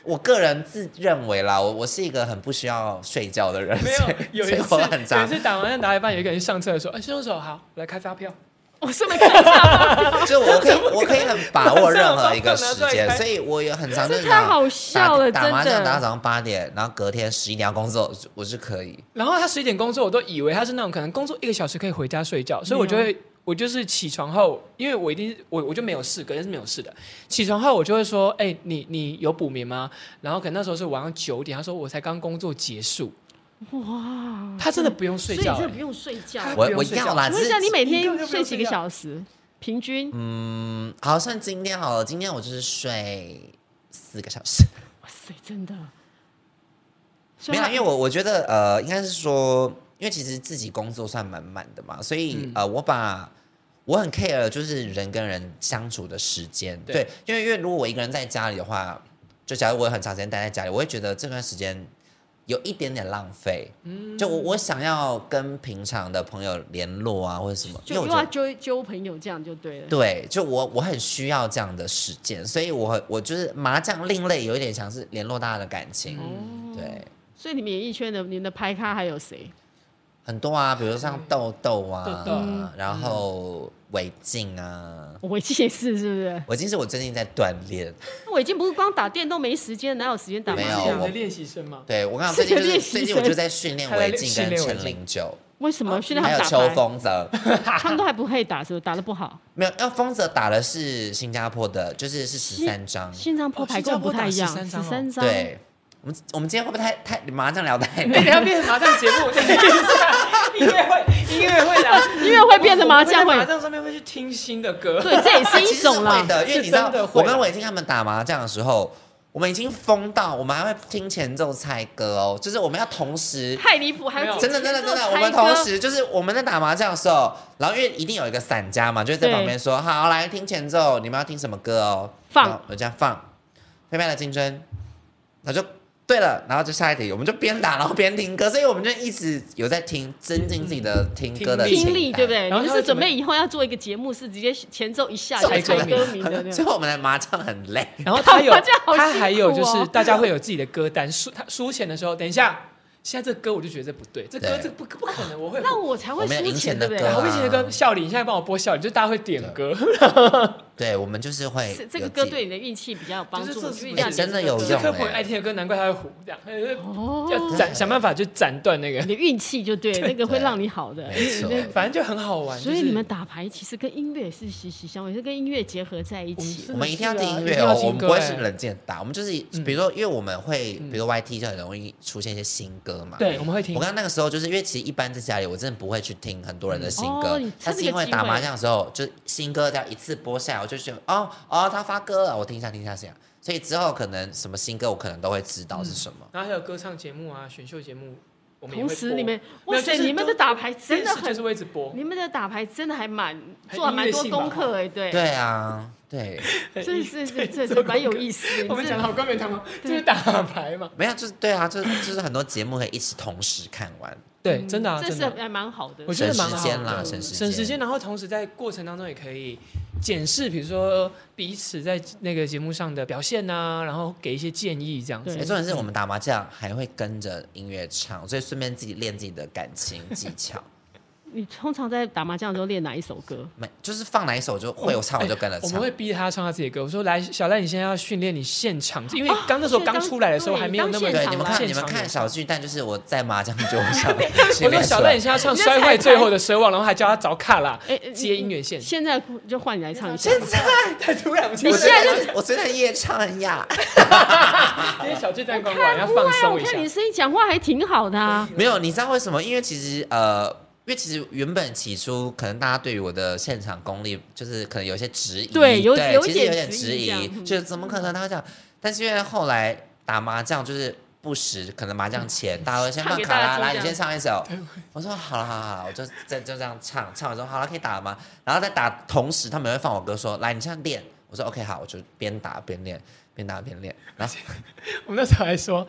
Speaker 1: 我个人自认为啦，我我是一个很不需要睡觉的人，
Speaker 3: 没
Speaker 1: 所以
Speaker 3: 有
Speaker 1: 所
Speaker 3: 有一
Speaker 1: 以
Speaker 3: 次
Speaker 1: 我很
Speaker 3: 有一
Speaker 1: 渣，
Speaker 3: 次打麻将打一半，有一个人上厕所，哎，先用手好，我来开发票，
Speaker 2: 我顺便看一下，
Speaker 1: 就我可以我可以很把握任何一个时
Speaker 3: 晚上有办法拿出来
Speaker 1: 间，
Speaker 3: 开
Speaker 1: 所以我也很常就是
Speaker 2: 这
Speaker 1: 那
Speaker 2: 太
Speaker 1: 种
Speaker 2: 好笑了，
Speaker 1: 打打麻
Speaker 2: 真
Speaker 1: 将打到
Speaker 2: 的。
Speaker 1: 早上八点，然后隔天十一点要工作，我是我是可以。
Speaker 3: 然后他十一点工作，我都以为他是那种可能工作一个小时可以回家睡
Speaker 2: 嗯
Speaker 3: 觉，所以我就会。我就是起床后，因为我一定我我就没有事，隔天是没有事的。起床后我就会说，哎、你你有补眠吗？然后可能那时候是晚上九点，他说我才刚工作结束，
Speaker 2: 哇，
Speaker 3: 他真的不用
Speaker 2: 所
Speaker 3: 睡
Speaker 2: 以真
Speaker 3: 觉、
Speaker 2: 的
Speaker 3: 欸
Speaker 2: 不用睡觉。
Speaker 3: 他
Speaker 2: 请
Speaker 3: 不
Speaker 1: 我
Speaker 3: 用
Speaker 1: 我
Speaker 3: 睡觉
Speaker 1: 要啦，只
Speaker 2: 问一
Speaker 1: 是
Speaker 2: 下，你每
Speaker 3: 一个就
Speaker 2: 天
Speaker 3: 不用
Speaker 2: 睡几个
Speaker 3: 睡觉
Speaker 2: 小时？平均
Speaker 1: 嗯，好像今天好了，今天我就是睡四个小时。
Speaker 2: 哇塞，真的。所
Speaker 1: 没
Speaker 2: 以
Speaker 1: 有啊
Speaker 2: 他
Speaker 1: 啦，因为我我觉得呃，应该是说，因为其实自己工作算满满的嘛，所以、
Speaker 3: 嗯
Speaker 1: 呃，我把我很 care 就是人跟人相处的时间，
Speaker 3: 对
Speaker 1: 对，因为因为如果我一个人在家里的话，就假如我很长时间待在家里，我会觉得这段时间有一点点浪费，就我我想要跟平常的朋友联络啊，或者什么，因
Speaker 2: 就
Speaker 1: 为我
Speaker 2: 又
Speaker 1: 觉
Speaker 2: 要
Speaker 1: 得。
Speaker 2: 揪揪朋友，这样就对了。
Speaker 1: 对，就我我很需要这样的时间，所以我我就是麻将另类，有一点像是联络大家的感情，
Speaker 2: 哦
Speaker 1: 对。
Speaker 2: 所以你们演艺圈的，你们的拍咖还有谁？
Speaker 1: 很多啊，比如像豆豆啊，
Speaker 3: 豆豆
Speaker 2: 嗯
Speaker 1: 然后韦静啊，
Speaker 2: 我围巾也是，是不是？
Speaker 1: 韦静是我最近在锻炼，
Speaker 2: 我已经不是光打电动没时间，哪有时间打麻
Speaker 1: 没有
Speaker 3: 欸你的
Speaker 1: 我
Speaker 2: 将？
Speaker 3: 练习生嘛，
Speaker 1: 对我刚刚
Speaker 2: 是
Speaker 1: 最近就是
Speaker 2: 练习
Speaker 1: 最近我
Speaker 2: 生
Speaker 1: 就在训练
Speaker 3: 他在
Speaker 1: 韦静
Speaker 3: 训
Speaker 1: 跟
Speaker 3: 练
Speaker 1: 陈
Speaker 3: 韦静
Speaker 1: 零九，
Speaker 2: 为什么训练
Speaker 1: 还
Speaker 2: 他
Speaker 1: 有
Speaker 2: 们
Speaker 1: 邱
Speaker 2: 打牌？
Speaker 1: 风泽，
Speaker 2: 他们都还不会打，是不是？打的不好。
Speaker 1: 没有，那风泽打的是新加坡的，就是是十三张，
Speaker 2: 新加坡牌跟我们不太一样，
Speaker 3: 哦
Speaker 2: 十
Speaker 3: 新加坡打
Speaker 2: 三
Speaker 3: 13
Speaker 2: 张。
Speaker 1: 对。我们我们今天会不会太太麻将聊太
Speaker 3: 哎、你要变成麻将节目，对，音乐会，音乐会啦，
Speaker 2: 音乐哦会变成麻将
Speaker 3: 我
Speaker 2: 会
Speaker 3: 在麻将上面会去听新的歌，
Speaker 2: 对，这
Speaker 1: 哎
Speaker 2: 也是
Speaker 1: 其
Speaker 2: 一
Speaker 1: 实
Speaker 2: 种啦
Speaker 1: 会。的，因为你知道
Speaker 3: 是真的，会
Speaker 1: 我跟伟霆他们打麻将的时候，我们已经疯到，我们还会听前奏猜歌哦，就是我们要同时
Speaker 2: 太离谱，还
Speaker 3: 没
Speaker 2: 有
Speaker 3: 有
Speaker 1: 真的真的真的，我们同时就是我们在打麻将的时候，然后因为一定有一个散家嘛，就会在
Speaker 2: 对
Speaker 1: 旁边说：“好，来听前奏，你们要听什么歌哦？”
Speaker 2: 放
Speaker 1: 然后我这样放《飞麦的青春》，那就对了，然后就下一题，我们就边打然后边听歌，所以我们就一直有在听，增进自己的听歌的
Speaker 3: 听力
Speaker 1: 清
Speaker 2: 听力，
Speaker 1: 单
Speaker 2: 对不？对？
Speaker 3: 然后
Speaker 2: 你就
Speaker 3: 他
Speaker 2: 是
Speaker 3: 会怎
Speaker 2: 准
Speaker 3: 么
Speaker 2: 备以后要做一个节目，是直接前奏一下就
Speaker 1: 猜
Speaker 2: 猜
Speaker 3: 歌
Speaker 2: 歌名的那
Speaker 1: 所
Speaker 2: 种。
Speaker 1: 以我们的麻将很累，
Speaker 3: 然后 他有
Speaker 2: 打麻将好辛苦哦
Speaker 3: 他还有就是大家会有自己的歌单，输他输钱的时候，等一下，现在这歌我就觉得这不对，这歌
Speaker 1: 对
Speaker 3: 这不不可能，我会。
Speaker 2: 那我才会
Speaker 1: 我们有
Speaker 2: 输
Speaker 1: 赢钱
Speaker 2: 钱，
Speaker 1: 的
Speaker 2: 对不
Speaker 1: 歌
Speaker 2: 对
Speaker 1: 啊？
Speaker 3: 好，我以前的歌笑脸，你现在帮我播笑脸，就大家会点歌，
Speaker 1: 对，我们就是会
Speaker 2: 这这
Speaker 1: 哎
Speaker 2: 个
Speaker 1: 有
Speaker 2: 歌
Speaker 1: 自己
Speaker 2: 对你的运气比较有帮
Speaker 3: 就
Speaker 2: 助，
Speaker 3: 是
Speaker 2: 我觉得
Speaker 3: 这是
Speaker 2: 这样
Speaker 1: 真的有用
Speaker 3: 就是
Speaker 1: 欸
Speaker 3: 科普人爱听的歌，难怪他会糊，这样
Speaker 2: 哦，
Speaker 3: 要斩想办法去斩断那个
Speaker 2: 你，的运气就对，那个会让你好的。
Speaker 1: 没错，
Speaker 3: 反正就很好玩。
Speaker 2: 所以
Speaker 3: 就是
Speaker 2: 你们打牌其实跟音乐是息息相关，是跟音乐结合在一起
Speaker 3: 我。
Speaker 1: 我们一定要
Speaker 3: 是啊
Speaker 1: 听音
Speaker 3: 一
Speaker 1: 乐
Speaker 3: 定要
Speaker 1: 哦，
Speaker 3: 听
Speaker 1: 我们
Speaker 3: 歌
Speaker 1: 不会
Speaker 3: 哎
Speaker 1: 是冷箭打，我们就是
Speaker 3: 嗯
Speaker 1: 比如说，因为我们会，比如说 YT 就很容易出现一些新歌嘛。
Speaker 3: 对，我们会听
Speaker 1: 我。刚刚那个时候就是因为其实一般在家里我真的不会去听很多人
Speaker 3: 嗯
Speaker 1: 的新
Speaker 2: 哦
Speaker 1: 歌
Speaker 2: 你趁，
Speaker 1: 但是
Speaker 2: 这个
Speaker 1: 因为
Speaker 2: 机
Speaker 1: 打麻
Speaker 2: 会
Speaker 1: 将的时候，就是新歌这样一次播下来，我就觉得哦哦他发歌了，我听一下听一下听一下，所以之后可能什么新歌我可能都会知道是
Speaker 3: 嗯
Speaker 1: 什么。
Speaker 3: 然后还有歌唱节目啊、选秀节目，我们也
Speaker 2: 同
Speaker 3: 会
Speaker 2: 时，
Speaker 3: 播
Speaker 2: 你们
Speaker 3: 没有
Speaker 2: 哇塞，
Speaker 3: 就是
Speaker 2: 你们的打牌真的
Speaker 3: 电视就
Speaker 2: 很
Speaker 3: 是，会一直播，
Speaker 2: 你们的打牌真的还蛮
Speaker 3: 很
Speaker 2: 做了蛮多
Speaker 3: 音乐性吧
Speaker 2: 功课哎，对，
Speaker 1: 对啊，对，
Speaker 2: 这是这这
Speaker 3: 做
Speaker 2: 这
Speaker 3: 功课
Speaker 2: 蛮有意思的。
Speaker 3: 我们
Speaker 2: 这
Speaker 3: 讲的好冠冕堂皇，就
Speaker 2: 对
Speaker 3: 是打牌嘛。
Speaker 1: 没有就是对啊，就是就是很多节目可以一起同时看完，
Speaker 3: 对，真的啊，
Speaker 2: 这
Speaker 3: 真
Speaker 2: 是
Speaker 3: 的。
Speaker 2: 还蛮好的
Speaker 3: 我。觉
Speaker 1: 省
Speaker 3: 得蛮
Speaker 1: 时
Speaker 3: 好
Speaker 1: 间啦，
Speaker 3: 的，
Speaker 1: 省时
Speaker 3: 省时间，然后同时在过程当中也可以检视，比如说彼此在那个节目上的表现呐、然后给一些建议这样子
Speaker 2: 对
Speaker 1: 哎，。重点是我们打麻将还会跟着音乐唱，所以顺便自己练自己的感情技巧。
Speaker 2: 你通常在打麻将的时候练哪一首歌？
Speaker 1: 没，就是放哪一首就会有唱，我就跟着
Speaker 3: 哦我
Speaker 1: 唱。
Speaker 3: 们会逼他唱他自己的歌。我说：“来，小赖，你现在要训练你现场，因为
Speaker 2: 哦
Speaker 3: 刚那时候
Speaker 2: 所以刚
Speaker 3: 刚出来的时候
Speaker 2: 对
Speaker 3: 还没有那么
Speaker 2: 刚现
Speaker 1: 对，
Speaker 2: 场
Speaker 1: 你们
Speaker 2: 啦
Speaker 1: 看你们看小巨蛋，就是我在麻将桌上训
Speaker 3: 我说
Speaker 1: 练出
Speaker 3: 小赖，
Speaker 1: 来
Speaker 3: 你。现在要唱摔坏最后的奢望，然后还叫他找卡拉
Speaker 2: 哎哎
Speaker 3: 接音乐线。
Speaker 2: 现在就换你来唱一下。
Speaker 3: 太突然，我们
Speaker 2: 你
Speaker 1: 我
Speaker 2: 现在
Speaker 1: 就我虽然夜唱呀，
Speaker 3: 今天小巨蛋刚
Speaker 2: 看
Speaker 3: 完，要
Speaker 2: 不
Speaker 3: 放
Speaker 2: 会啊，
Speaker 3: 松
Speaker 2: 我
Speaker 3: 一
Speaker 2: 看你
Speaker 3: 下。
Speaker 2: 声音讲话还挺好的啊。
Speaker 1: 没有，你知道为什么？因为其实呃，因为其实原本起初可能大家对于我的现场功力，就是可能有些质疑，
Speaker 2: 对有有
Speaker 1: 其实
Speaker 2: 点
Speaker 1: 有点
Speaker 2: 质
Speaker 1: 质
Speaker 2: 疑这
Speaker 1: 疑，
Speaker 2: 样嗯
Speaker 1: 就是怎么可能他讲？但是因为后来打麻将就是。不时可能麻将前，大家会先
Speaker 2: 唱
Speaker 1: 放
Speaker 2: 给
Speaker 1: 卡
Speaker 2: 大家
Speaker 1: 拉，
Speaker 2: 听
Speaker 1: 来
Speaker 2: 这
Speaker 1: 你
Speaker 2: 样
Speaker 1: 先唱一首。我说好了好了好了，我就再就这样唱，唱完之后好了可以打了吗？然后再打，同时他们也会放我歌说来你现在练。我说 OK 好，我就边打边练，边打边练。然后
Speaker 3: 我们那时候还说，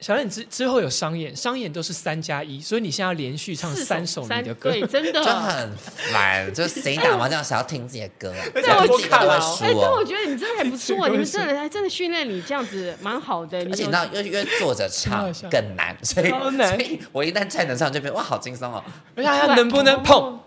Speaker 3: 小赖，你之之后有商演，商演都是三加一，所以你现在要连续唱
Speaker 2: 四
Speaker 3: 三首你
Speaker 2: 三
Speaker 3: 的歌。
Speaker 2: 对，真的
Speaker 1: 就。很 烦，就谁打麻将想要听自己的歌啊？
Speaker 3: 而
Speaker 2: 且我
Speaker 1: 自己都会
Speaker 2: 哎，
Speaker 1: 输
Speaker 2: 但我
Speaker 1: 哦。
Speaker 2: 觉得你真的还不错， 你们真的还哎真的训练你这样子蛮好的。你
Speaker 1: 而且你
Speaker 2: 有
Speaker 1: 知道，因为因为坐着
Speaker 3: 很
Speaker 1: 唱
Speaker 3: 好笑
Speaker 1: 更难，所以
Speaker 3: 超难
Speaker 1: 所以我一旦站着唱就变哇，好轻 松哦。
Speaker 3: 而且哎他能不能碰？？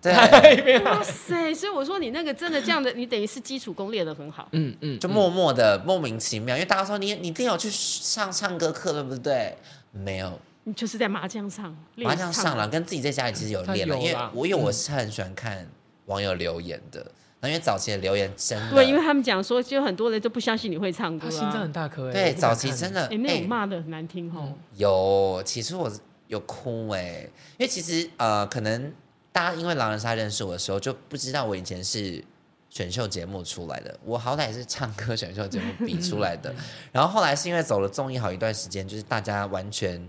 Speaker 1: 对，
Speaker 3: 太没有。
Speaker 2: 哦哇塞！所以我说你那个真的这样的，你等于是基础功练得很好。
Speaker 3: 嗯嗯，
Speaker 1: 就默默的莫名其妙，因为大家说你你一定有去上唱歌课，对不对？没有，
Speaker 2: 你就是在麻将上练
Speaker 1: 麻将上
Speaker 2: 了
Speaker 1: 了，跟自己在家里其实有
Speaker 3: 他
Speaker 1: 练了，
Speaker 3: 有
Speaker 1: 因为
Speaker 3: 啦嗯
Speaker 1: 我有我是很喜欢看网友留言的，那因为早期的留言真的
Speaker 2: 对，因为他们讲说，就很多人都不相信你会唱歌
Speaker 3: 他心脏
Speaker 2: 啊
Speaker 3: 很。大颗哎。
Speaker 1: 对
Speaker 3: 我不敢
Speaker 1: 早期
Speaker 3: 看
Speaker 1: 真的
Speaker 2: 哎，那
Speaker 1: 哎嗯
Speaker 2: 种骂的很难听哦。
Speaker 1: 有，起初我有哭哎、因为其实呃，可能大家因为狼人杀认识我的时候，就不知道我以前是选秀节目出来的，我好歹也是唱歌选秀节目比出来的。然后后来是因为走了综艺好一段时间，就是大家完全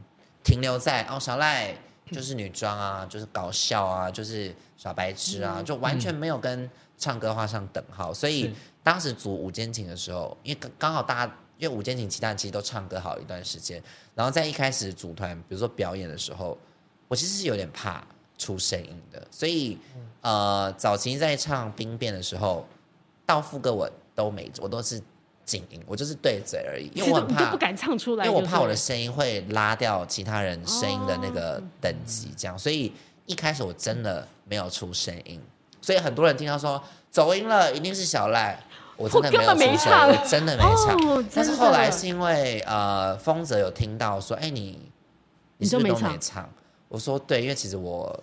Speaker 1: 停留在哦小赖
Speaker 2: 嗯
Speaker 1: 就是女装啊，就是搞笑啊，就是耍白痴啊，
Speaker 2: 嗯
Speaker 1: 就完全没有跟唱歌画上等号。所以
Speaker 3: 是。
Speaker 1: 当时组午间情的时候，因为刚刚好大家因为午间情其他人其实都唱歌好一段时间，然后在一开始组团，比如说表演的时候，我其实是有点怕出声音的，所以
Speaker 2: 嗯
Speaker 1: 呃，早期在唱兵变的时候，到副歌我都没，我都是静音，我就是对嘴而已，因为我很
Speaker 2: 你就
Speaker 1: 怕
Speaker 2: 不，敢唱出
Speaker 1: 因
Speaker 2: 来，
Speaker 1: 为我怕我的
Speaker 2: 对
Speaker 1: 声音会拉掉其他人声音的那
Speaker 2: 哦
Speaker 1: 个等级，这样，所以一开始我真的没有出声音，所以很多人听到说走音了，一定是小赖。我真的没有
Speaker 2: 我根本没
Speaker 1: 出声音，
Speaker 2: 唱
Speaker 1: 我真的没唱。
Speaker 2: 哦，
Speaker 1: 但是
Speaker 2: 真的
Speaker 1: 后来是因为呃，丰泽有听到说，哎、你
Speaker 2: 你
Speaker 1: 是
Speaker 2: 都
Speaker 1: 不是
Speaker 2: 没
Speaker 1: 都没
Speaker 2: 唱
Speaker 1: 唱？我说对，因为其实我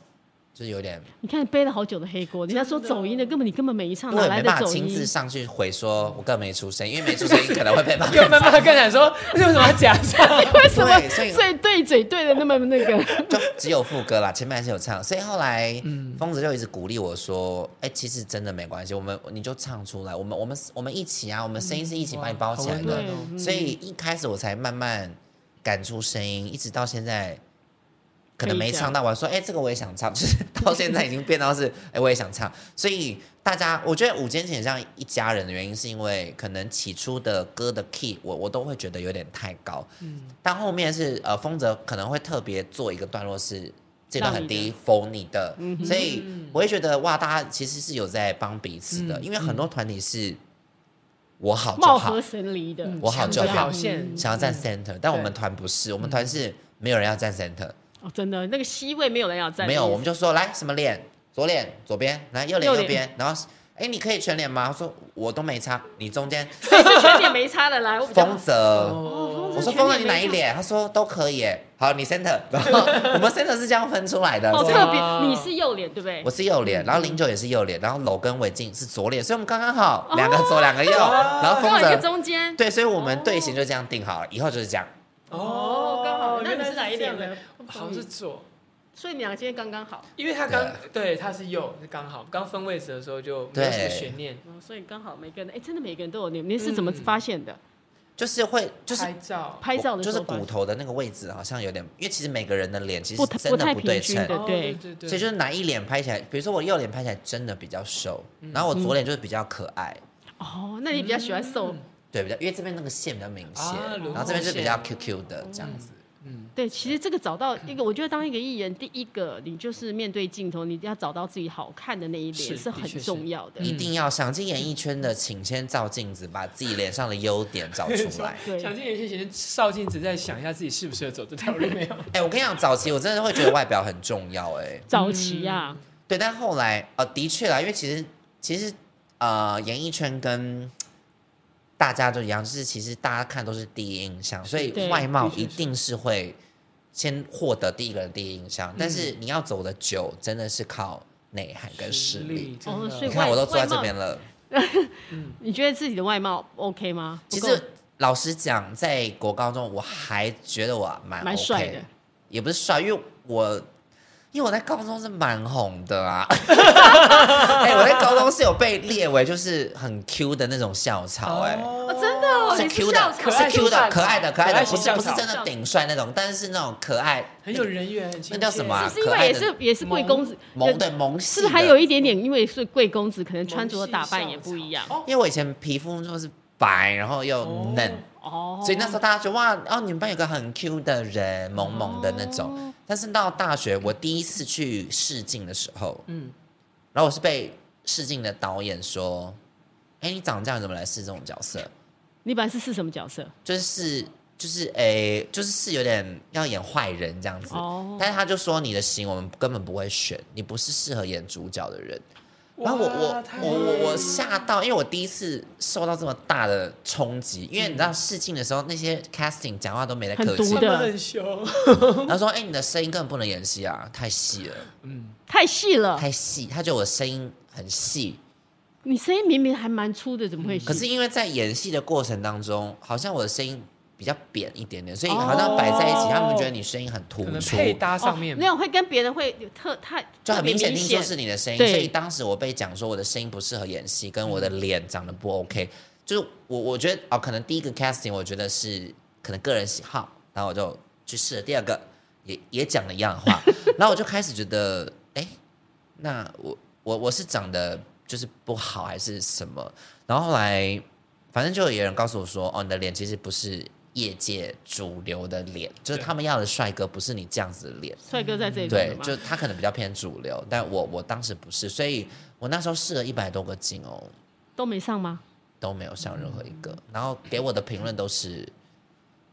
Speaker 1: 就是有点，
Speaker 2: 你看背了好久的黑锅，人家说走音的根本你根本没唱，
Speaker 1: 哦我
Speaker 2: 哪
Speaker 1: 也
Speaker 2: 来
Speaker 1: 没
Speaker 2: 的
Speaker 1: 办法
Speaker 2: 走
Speaker 1: 亲自
Speaker 2: 音？
Speaker 1: 上去回说，我根本没出声，因为没出声音 可能会被骂
Speaker 3: 又慢慢跟讲说，为什么要假唱？
Speaker 2: 为什么
Speaker 1: 对所以
Speaker 2: 所以对嘴对的那么那个？
Speaker 1: 就只有副歌啦，前面还是有唱，所以后来
Speaker 3: 嗯
Speaker 1: 疯子就一直鼓励我说：“哎、其实真的没关系，我们你就唱出来，我们我们我们一起啊，我们声音是一起把你包起来
Speaker 3: 嗯
Speaker 1: 的。
Speaker 3: 哇好
Speaker 2: 对
Speaker 3: 温暖哦，
Speaker 2: 嗯
Speaker 1: 所以一开始我才慢慢赶出声音，一直到现在，可能没唱到，我还说，哎、这个我也想唱，就是到现在已经变到是，哎、我也想唱。所以大家，我觉得午间很像一家人的原因，是因为可能起初的歌的 key，我我都会觉得有点太高，但后面是呃，丰泽可能会特别做一个段落是。这段很低，否你的，所以我会觉得哇，大家其实是有在帮彼此的，
Speaker 3: 嗯
Speaker 1: 因为很多团体是我好哦就嗯
Speaker 2: 貌
Speaker 1: 好
Speaker 2: 合，神离的。
Speaker 1: 我好就
Speaker 3: 强
Speaker 1: 好
Speaker 3: 的表现，
Speaker 1: 想要
Speaker 2: 嗯
Speaker 1: 站 center，但我们团不是，我们团是没有人要站 center，
Speaker 2: 哦，真的，那个 C 位没有人要站，
Speaker 1: 没有，我们就说来什么脸，左脸左边，来右脸
Speaker 2: 右
Speaker 1: 右
Speaker 2: 脸
Speaker 1: 边，然后哎，你可以全脸吗？”他说：“我都没擦，你中 间
Speaker 2: 所以是全脸没差的啦。我比较
Speaker 1: 丰泽。”
Speaker 2: 哦
Speaker 1: 我说：“
Speaker 2: 全
Speaker 1: 丰泽
Speaker 2: 脸
Speaker 1: 你
Speaker 2: 没
Speaker 1: 哪一
Speaker 2: 差
Speaker 1: 脸？”他说：“都可以耶。”好，你 center，然 后我们 center 是这样分出来的。
Speaker 2: 好
Speaker 1: 所以
Speaker 2: 哦特
Speaker 3: 哇
Speaker 2: 别，嗯你是右脸对不对
Speaker 1: 啊我？是右脸，然后零九也是右脸，然后楼跟伟静是左脸，所以我们刚刚好两个左两个右，然后
Speaker 2: 刚好
Speaker 1: 丰
Speaker 2: 哦一个
Speaker 1: 泽
Speaker 2: 中间。
Speaker 1: 对，所以我们队形就这样定好了，以后就是这样。
Speaker 2: 哦，刚好。那
Speaker 3: 原
Speaker 2: 你
Speaker 3: 来
Speaker 2: 是哪一
Speaker 3: 这样
Speaker 2: 脸的
Speaker 3: 的？？好像是左，
Speaker 2: 所以你俩今天刚刚好，
Speaker 3: 因为他刚对他是右，是刚好刚分位置的时候就没有什么悬念。
Speaker 2: 嗯所以刚好每个人，哎，真的每个人都有脸。你是
Speaker 1: 嗯
Speaker 2: 怎么发现的？
Speaker 1: 就是会，就是
Speaker 3: 拍照，
Speaker 2: 拍照的
Speaker 1: 就是
Speaker 2: 时候发
Speaker 1: 骨
Speaker 2: 现。
Speaker 1: 头的那个位置好像有点，因为其实每个人的脸其
Speaker 2: 不
Speaker 1: 实
Speaker 2: 太
Speaker 1: 真
Speaker 2: 不
Speaker 1: 的
Speaker 2: 太
Speaker 1: 不对
Speaker 2: 平均
Speaker 1: 称，
Speaker 2: 的
Speaker 3: 哦
Speaker 2: 对
Speaker 3: 对对，
Speaker 1: 所以就是哪一脸拍起来，比如说我右脸拍起来真的比较瘦，
Speaker 3: 嗯
Speaker 1: 然后
Speaker 2: 嗯
Speaker 1: 我左脸就是比较可爱，
Speaker 2: 哦，那你比较喜欢
Speaker 1: 嗯
Speaker 2: 瘦？
Speaker 1: 对，比较因为这边那个线比较明显，
Speaker 3: 啊轮
Speaker 1: 然后这边
Speaker 3: 廓
Speaker 1: 是比较
Speaker 3: 线
Speaker 1: QQ 的这样子。
Speaker 3: 嗯，
Speaker 2: 对，其实这个找到一个，我觉得当一个艺人，第一个你就是面对镜头，你要找到自己好看的那一
Speaker 3: 是
Speaker 2: 脸是
Speaker 3: 的
Speaker 2: 很
Speaker 3: 确是
Speaker 2: 重要的。。
Speaker 1: 一定要想进演艺圈的，请先照镜子，把自己脸上的优点找出 来
Speaker 2: 对，
Speaker 3: 想进有些前照镜子，再想一下自己适不适合走这条路没有？
Speaker 1: 哎、我跟你讲，早期我真的会觉得外表很重要、哎，
Speaker 2: 早期啊，
Speaker 1: 对，但后来呃，的确啦，因为其实其实呃，演艺圈跟大家都一样，就是其实大家看都是第一印象，所以
Speaker 2: 对
Speaker 1: 外貌
Speaker 3: 的确
Speaker 1: 一
Speaker 3: 是
Speaker 1: 定是会先获得第一个人第一印象，但是你要走的久，真的是靠内涵 跟实力。
Speaker 3: 真的
Speaker 2: 哦所
Speaker 1: 你
Speaker 2: 以
Speaker 1: 看，
Speaker 2: 外
Speaker 1: 我都坐在
Speaker 2: 外
Speaker 1: 这
Speaker 2: 貌
Speaker 1: 边了。
Speaker 2: 你觉得自己的外貌 OK 吗？
Speaker 1: 其
Speaker 2: 不够
Speaker 1: 实老实讲，在国高中我还觉得我蛮
Speaker 2: 蛮
Speaker 1: OK
Speaker 2: 帅的
Speaker 1: 也不是帅，因为我因为我在高中是蛮红的 啊。哎、我在高中是有被列为就是很 Q 的那种校草、哎、
Speaker 2: 哦，真的哦，
Speaker 1: 是
Speaker 2: 你
Speaker 1: Q
Speaker 2: 校
Speaker 1: 的，
Speaker 2: 草哦
Speaker 3: 可爱
Speaker 1: 是 Q 的，
Speaker 3: 校草
Speaker 1: 可爱的，可爱
Speaker 3: 可爱
Speaker 1: 的，
Speaker 3: 型
Speaker 1: 不是
Speaker 3: 校
Speaker 1: 不是
Speaker 3: 草
Speaker 1: 真的顶帅那种，但是那种可爱，
Speaker 3: 很有人缘，很亲切
Speaker 1: 那叫什么啊
Speaker 2: 是因为也是也是贵公子，呃
Speaker 1: 萌的萌
Speaker 2: 是
Speaker 1: 系
Speaker 2: 不
Speaker 1: 的。
Speaker 2: 是还有一点点，因为是贵公子，可能穿着打扮也不一样
Speaker 3: 哦，
Speaker 1: 因为我以前皮肤就是白，然后又
Speaker 3: 哦
Speaker 1: 嫩，
Speaker 2: 哦。
Speaker 1: 所以那时候大家觉得哇，哦，你们班有个很 Q 的人，萌萌的那种。
Speaker 2: 哦
Speaker 1: 但是到大学，我第一次去试镜的时候，
Speaker 3: 嗯，
Speaker 1: 然后我是被试镜的导演说：“哎，你长这样，你怎么来试这种角色？
Speaker 2: 你本来是是什么角色？
Speaker 1: 就是就是哎，就是是有点要演坏人这样子。
Speaker 2: 哦
Speaker 1: 但是他就说你的型我们根本不会选，你不是适合演主角的人。然后我我我我我吓到，因为我第一次受到这么大的冲击，因为你知道试镜的时候那些 casting 讲话都没在
Speaker 2: 嗯很
Speaker 1: 客
Speaker 2: 毒
Speaker 1: 气
Speaker 2: 的，
Speaker 3: 他们很凶，
Speaker 1: 他说：“哎、你的声音根本不能演戏啊，太细了，
Speaker 3: 嗯，
Speaker 2: 太细了，
Speaker 1: 太细。”他觉得我的声音很细，
Speaker 2: 你声音明明还蛮粗的，怎么会细？
Speaker 1: 嗯可是因为在演戏的过程当中，好像我的声音比较扁一点点，所以
Speaker 2: 哦
Speaker 1: 好像摆在一起，他们觉得你声音很突
Speaker 3: 可能
Speaker 1: 出，
Speaker 3: 配搭上面
Speaker 2: 哦那种会跟别人会有特太
Speaker 1: 就
Speaker 2: 特
Speaker 1: 很
Speaker 2: 别
Speaker 1: 明显
Speaker 2: 明
Speaker 1: 听说是你的声音。
Speaker 2: 对嗯
Speaker 1: 所以当时我被讲说我的声音不适合演戏，跟我的脸长得不 OK，就是我我觉得哦，可能第一个 casting 我觉得是可能个人喜好，然后我就去试了第二个，也也讲了一样的 话，然后我就开始觉得，哎、那我我我是长得就是不好还是什么？然后后来反正就有人告诉我说，哦，你的脸其实不是业界主流的脸，就是
Speaker 3: 对
Speaker 1: 他们要的帅哥不是你这样子的脸。
Speaker 2: 帅哥在这里
Speaker 1: 对，
Speaker 2: 嘛
Speaker 1: 就他可能比较偏主流，但我我当时不是，所以我那时候试了一百多个镜哦，
Speaker 2: 都没上吗？
Speaker 1: 都没有上任何一个，然后给我的评论都是，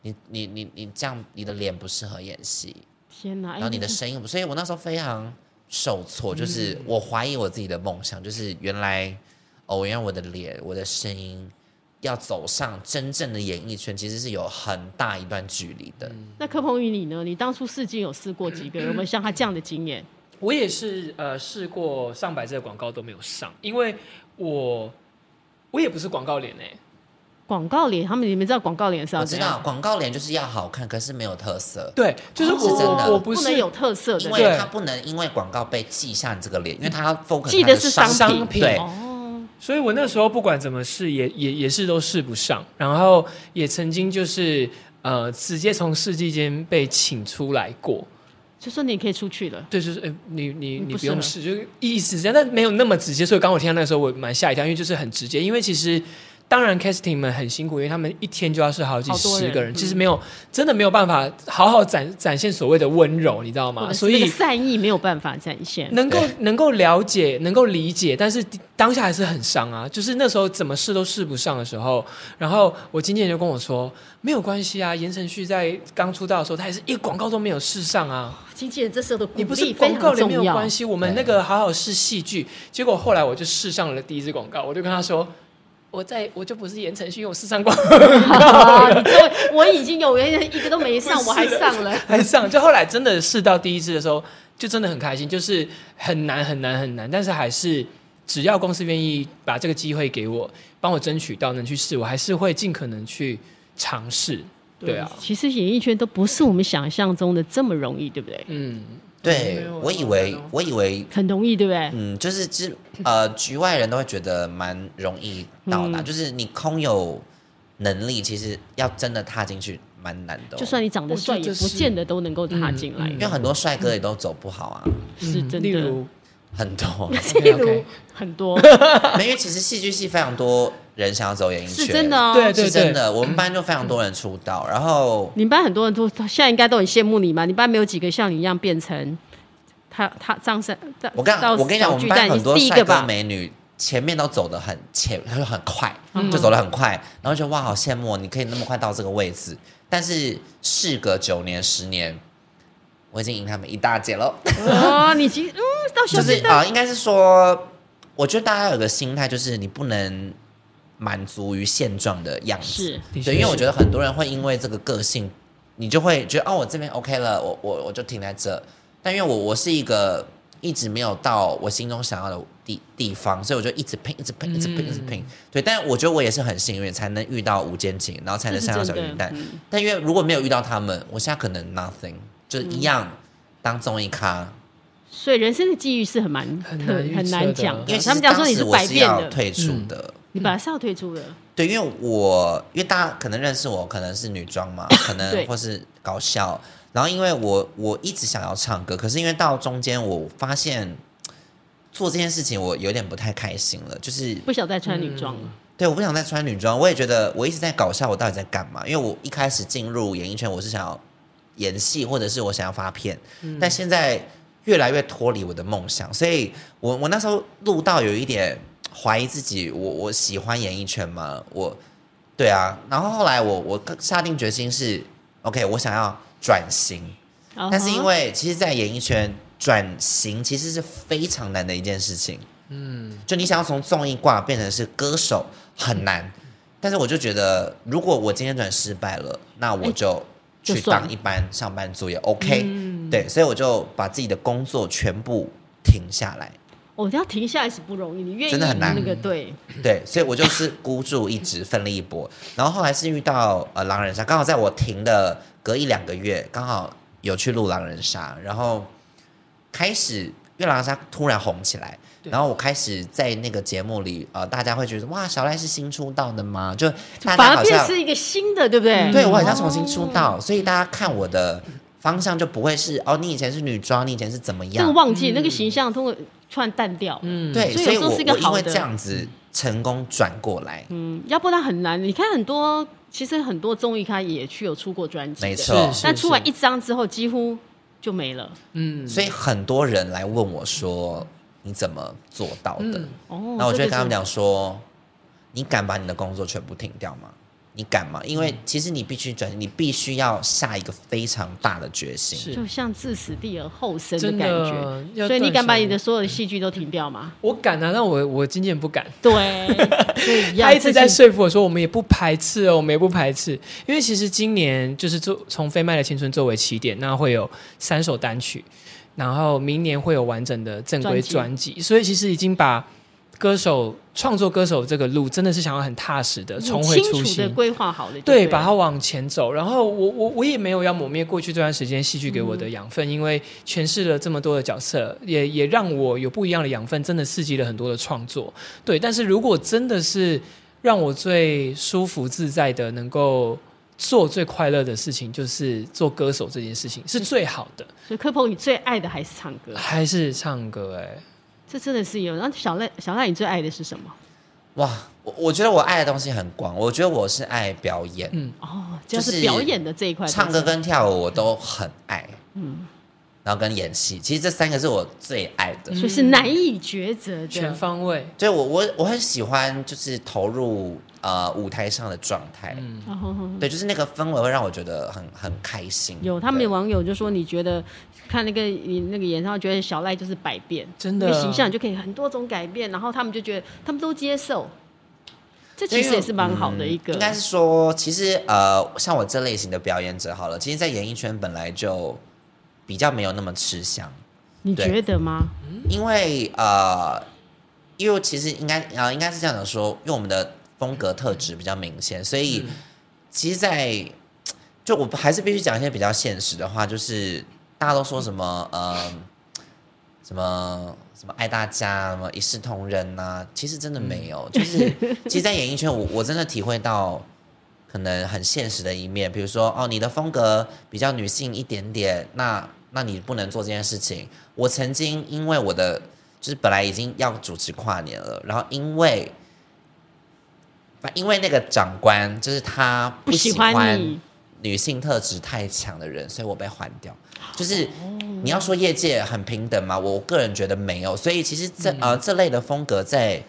Speaker 1: 你你你你这样，你的脸不适合演戏，
Speaker 2: 天哪！哎嗯
Speaker 1: 然后你的
Speaker 2: 这
Speaker 1: 声音，所以我那时候非常受挫，就是我怀疑我自己的梦想，就是原来哦，原来我的脸，我的声音。要走上真正的演艺圈，其实是有很大一段距离的。
Speaker 2: 那柯鹏宇你呢？你当初试镜有试过几个？有没有像他这样的经验？
Speaker 3: 我也是呃试过上百支的广告都没有上，因为我我也不是广告脸哎、
Speaker 1: 哦
Speaker 2: 广告脸，他们你们知道广告脸是要
Speaker 1: 我知
Speaker 2: 怎样？
Speaker 1: 道广告脸就是要好看，可是没有特色。
Speaker 3: 对，就是
Speaker 2: 哦
Speaker 3: 我、
Speaker 1: 是真的
Speaker 3: 我我不
Speaker 2: 不
Speaker 3: 是
Speaker 2: 能有特色
Speaker 1: 因
Speaker 2: 的
Speaker 1: 为
Speaker 3: 对
Speaker 1: 他不能因为广告被记下你这个脸，因为他要 focus
Speaker 2: 记
Speaker 1: 他的
Speaker 2: 是
Speaker 1: 商
Speaker 3: 商
Speaker 1: 品
Speaker 3: 品
Speaker 1: 对，
Speaker 2: 哦，
Speaker 3: 所以我那时候不管怎么试，也也也是都试不上，然后也曾经就是呃直接从试剂间被请出来过，
Speaker 2: 就说你可以出去了。
Speaker 3: 对，就是、呃、你你
Speaker 2: 嗯
Speaker 3: 你
Speaker 2: 不
Speaker 3: 不用
Speaker 2: 适
Speaker 3: 试，就是意思这样，但没有那么直接，所以刚我听到那时候我蛮吓一跳，因为就是很直接，因为其实当然 casting 们很辛苦，因为他们一天就要是好几
Speaker 2: 好多
Speaker 3: 十
Speaker 2: 人
Speaker 3: 个人，其实
Speaker 2: 嗯
Speaker 3: 没有真的没有办法好好展展现所谓的温柔，你知道
Speaker 2: 或
Speaker 3: 吗？
Speaker 2: 者是
Speaker 3: 所
Speaker 2: 那个
Speaker 3: 以
Speaker 2: 善意没有办法展现。
Speaker 3: 能够
Speaker 1: 对
Speaker 3: 能够了解，能够理解，但是当下还是很伤啊。就是那时候怎么试都试不上的时候，然后我经纪人就跟我说，没有关系啊，言承旭在刚出道的时候，他也是一个广告都没有试上啊。
Speaker 2: 经纪人这时候的鼓
Speaker 3: 你不是
Speaker 2: 励
Speaker 3: 广
Speaker 2: 非
Speaker 3: 告
Speaker 2: 常
Speaker 3: 里
Speaker 2: 重
Speaker 3: 没有
Speaker 2: 要
Speaker 3: 关。系，我们那
Speaker 1: 对
Speaker 3: 个好好是戏剧。结果后来我就试上了第一支广告，我就跟他说，我在我就不是言承旭，因为我试上广告
Speaker 2: 啊你这位我已经有人一个都没上，我还上 了。
Speaker 3: 还上。就后来真的试到第一支的时候，就真的很开心，就是很难很难很难，但是还是只要公司愿意把这个机会给我，帮我争取到能去试，我还是会尽可能去尝试。对啊，
Speaker 2: 其实演艺圈都不是我们想象中的这么容易，对不对？
Speaker 3: 嗯，没
Speaker 1: 对
Speaker 3: 有
Speaker 1: 我以
Speaker 3: 很
Speaker 1: 为
Speaker 3: 难哦
Speaker 1: 我以为
Speaker 2: 很容易，对不对？
Speaker 1: 嗯，就是其实呃，局外人都会觉得蛮容易到达，
Speaker 2: 嗯
Speaker 1: 就是你空有能力，其实要真的踏进去蛮难的哦、
Speaker 2: 就算你长得帅，
Speaker 3: 我觉
Speaker 2: 也
Speaker 3: 得
Speaker 2: 不
Speaker 3: 是
Speaker 2: 见得都能够踏进来。
Speaker 3: 嗯
Speaker 1: 因为很多帅哥也都走不好啊，
Speaker 2: 是真的
Speaker 3: 例如
Speaker 1: 很多。
Speaker 2: 例
Speaker 3: OK，OK
Speaker 2: 如很多
Speaker 1: 没有因为其实戏剧系非常多人想要走演艺圈，
Speaker 2: 是真的哦。
Speaker 3: 对对
Speaker 1: 是真的。我们班就非常多人出道，然后
Speaker 2: 你们班很多人都现在应该都很羡慕你嘛？你们班没有几个像你一样变成他他张三。张
Speaker 1: 我跟
Speaker 2: 到
Speaker 1: 我跟你讲，我
Speaker 2: 小
Speaker 1: 们
Speaker 2: 巨
Speaker 1: 班
Speaker 2: 蛋
Speaker 1: 很
Speaker 2: 你是
Speaker 1: 多
Speaker 2: 第一
Speaker 1: 帅
Speaker 2: 个
Speaker 1: 哥
Speaker 2: 吧？
Speaker 1: 美女。前面都走得很前，就很快，
Speaker 2: 嗯
Speaker 1: 就走得很快，然后觉得哇，好羡慕哦，你可以那么快到这个位置。但是事隔九年、十年，我已经赢他们一大截了。
Speaker 2: 哦，你其实嗯，到小
Speaker 1: 就是
Speaker 2: 巨
Speaker 1: 啊、
Speaker 2: 蛋
Speaker 1: 呃应该是说，我觉得大家有个心态，就是你不能满足于现状的样子。
Speaker 2: 是
Speaker 3: 的确
Speaker 1: 对，因为我
Speaker 3: 是
Speaker 1: 觉得很多人会因为这个个性，你就会觉得哦，我这边 OK 了，我我我就停在这。但因为我我是一个一直没有到我心中想要的地地方，所以我就一直拼，一直拼，一直拼，
Speaker 2: 嗯
Speaker 1: 一直拼。对，但我觉得我也是很幸运，才能遇到吴坚情，然后才
Speaker 2: 这
Speaker 1: 能
Speaker 2: 是
Speaker 1: 上到
Speaker 2: 真
Speaker 1: 小
Speaker 2: 的
Speaker 1: 云。蛋。
Speaker 2: 嗯
Speaker 1: 但因为如果没有遇到他们，我现在可能 nothing，就是
Speaker 2: 嗯
Speaker 1: 一样当综艺咖。
Speaker 2: 所以人生的际遇是很蛮
Speaker 3: 很
Speaker 2: 特
Speaker 3: 难预
Speaker 2: 很
Speaker 3: 测
Speaker 2: 难
Speaker 3: 的
Speaker 2: 讲的。
Speaker 1: 因为其
Speaker 2: 他
Speaker 1: 实
Speaker 2: 们讲说
Speaker 1: 当
Speaker 2: 你
Speaker 1: 时我
Speaker 2: 百
Speaker 1: 是
Speaker 2: 变
Speaker 1: 要
Speaker 2: 的，嗯
Speaker 1: 退出的，
Speaker 2: 你本来是要退出的，
Speaker 1: 对，因为我因为大家可能认识我，可能是女装嘛，可能
Speaker 2: 对
Speaker 1: 或是搞笑，然后因为我我一直想要唱歌，可是因为到中间我发现做这件事情我有点不太开心了，就是
Speaker 2: 不想再穿女装了。
Speaker 1: 对我不想再穿女装，我也觉得我一直在搞笑，我到底在干嘛？因为我一开始进入演艺圈，我是想要演戏，或者是我想要发片，但现在越来越脱离我的梦想，所以我我那时候录到有一点怀疑自己，我我喜欢演艺圈吗？我对啊，然后后来我我更下定决心是 OK，我想要转型，
Speaker 2: 啊哈
Speaker 1: 但是因为其实，在演艺圈转型其实是非常难的一件事情。嗯，就你想要从综艺挂变成是歌手很难，但是我就觉得，如果我今天转失败了，那我
Speaker 2: 哎
Speaker 1: 就
Speaker 2: 就
Speaker 1: 去
Speaker 2: 算
Speaker 1: 当
Speaker 2: 了嗯
Speaker 1: 一般上班族也 OK、对，所以我就把自己的工作全部停下来。
Speaker 2: 我要停下来是不容易，你愿意
Speaker 1: 真的很难
Speaker 2: 那个对，
Speaker 1: 对，所以我就是孤注一掷，奋力一搏。然后后来是遇到呃狼人杀，刚好在我停的隔一两个月，刚好有去录狼人杀，然后开始因为狼人杀突然红起来，
Speaker 3: 对
Speaker 1: 然后我开始在那个节目里，呃，大家会觉得哇，小赖是新出道的吗？就大
Speaker 2: 反
Speaker 1: 家
Speaker 2: 而
Speaker 1: 好
Speaker 2: 变
Speaker 1: 像
Speaker 2: 是一个新的，对不对？
Speaker 1: 对我好像重新出道，所以大家看我的方向就不会是哦，你以前是女装，你以前是怎么
Speaker 2: 这个
Speaker 1: 样？
Speaker 2: 忘记那个形象，通过突然淡掉。
Speaker 3: 嗯，
Speaker 1: 对，
Speaker 2: 所以
Speaker 1: 所以
Speaker 2: 有时候
Speaker 1: 我
Speaker 2: 是一个
Speaker 1: 我因
Speaker 2: 好
Speaker 1: 为
Speaker 2: 的
Speaker 1: 这样子成功转过来，
Speaker 2: 嗯，要不然很难。你看很多，其实很多综艺咖也去有出过专辑
Speaker 1: 没
Speaker 2: 的，
Speaker 1: 错
Speaker 3: 是，
Speaker 2: 但
Speaker 3: 是
Speaker 2: 出完一
Speaker 3: 是
Speaker 2: 张之后几乎就没了。
Speaker 3: 嗯，
Speaker 1: 所以很多人来问我说你怎么做到的？
Speaker 3: 嗯
Speaker 2: 哦，
Speaker 1: 那我就会
Speaker 2: 这
Speaker 1: 跟
Speaker 2: 个
Speaker 1: 他们
Speaker 2: 是
Speaker 1: 讲说，你敢把你的工作全部停掉吗？你敢吗？因
Speaker 2: 嗯
Speaker 1: 为其实你必须转，你必须要下一个非常大的决心。
Speaker 3: 是
Speaker 2: 就像置死地而后生
Speaker 3: 真
Speaker 2: 感觉。
Speaker 3: 的，要
Speaker 2: 所以你
Speaker 3: 断
Speaker 2: 敢把
Speaker 3: 舍
Speaker 2: 你
Speaker 3: 离
Speaker 2: 的所有的戏剧都停掉 吗？
Speaker 3: 我敢啊，但我我经纪人不敢。
Speaker 2: 对，所以一样
Speaker 3: 他一直在
Speaker 2: 这是
Speaker 3: 说服我说，我们也不排斥哦，我们也不排斥，因为其实今年就是做从飞麦的青春作为起点，那会有三首单曲，然后明年会有完整的正规专
Speaker 2: 专
Speaker 3: 辑，所以其实已经把歌手创作歌手这个路真的是想要很踏实的重回初
Speaker 2: 清楚的
Speaker 3: 心。
Speaker 2: 规划好了，
Speaker 3: 对，
Speaker 2: 对了，
Speaker 3: 把它往前走。然后我我我也没有要抹灭过去这段时间戏剧给我的养分，因为诠释了这么多的角色，也也让我有不一样的养分，真的刺激了很多的创作。对，但是如果真的是让我最舒服自在的，能够做最快乐的事情，就是做歌手这件事情是最好的，
Speaker 2: 所以柯鹏，你最爱的还是
Speaker 3: 嗯
Speaker 2: 唱歌，
Speaker 3: 还是唱歌、哎，
Speaker 2: 这真的是有。那小赖，小赖，你最爱的是什么？
Speaker 1: 哇，我我觉得我爱的东西很广，我觉得我是爱表演，
Speaker 3: 嗯，
Speaker 2: 哦，就
Speaker 1: 就是是
Speaker 2: 表演的这一块，
Speaker 1: 唱歌跟跳舞我都很爱，
Speaker 2: 嗯，
Speaker 1: 然后跟演戏，其实这三个是我最爱的。
Speaker 2: 所以是难以抉择
Speaker 3: 全
Speaker 2: 的。
Speaker 3: 方位，
Speaker 1: 所以我我我很喜欢，就是投入呃舞台上的状态，
Speaker 3: 嗯，
Speaker 2: 哦
Speaker 1: 对，就是那个氛围会让我觉得很很开心。
Speaker 2: 有他们
Speaker 1: 对
Speaker 2: 有网友就说，你觉得看那个你那个演唱会，觉得小赖就是百变，
Speaker 3: 真
Speaker 2: 那
Speaker 3: 的
Speaker 2: 个形象就可以很多种改变，然后他们就觉得他们都接受，这其实也是蛮好的一个，
Speaker 1: 嗯应该是说，其实呃，像我这类型的表演者好了，其实，在演艺圈本来就比较没有那么吃香，
Speaker 2: 你觉得吗？
Speaker 1: 因为呃，因为其实应该啊、呃，应该是这样讲说，因为我们的风格特质比较明显，所以
Speaker 2: 嗯
Speaker 1: 其实在，就我还是必须讲一些比较现实的话，就是大家都说什么呃，什么什么爱大家，什么一视同仁呐、其实真的
Speaker 2: 嗯
Speaker 1: 没有。就是其实，在演艺圈，我我真的体会到可能很现实的一面，比如说哦，你的风格比较女性一点点，那那你不能做这件事情。我曾经因为我的就是本来已经要主持跨年了，然后因为。因为那个长官就是他
Speaker 2: 不
Speaker 1: 喜
Speaker 2: 喜欢你，
Speaker 1: 女性特质太强的人，所以我被换掉。就是你要说业界很平等嘛，我个人觉得没有。所以其实这、呃这类的风格在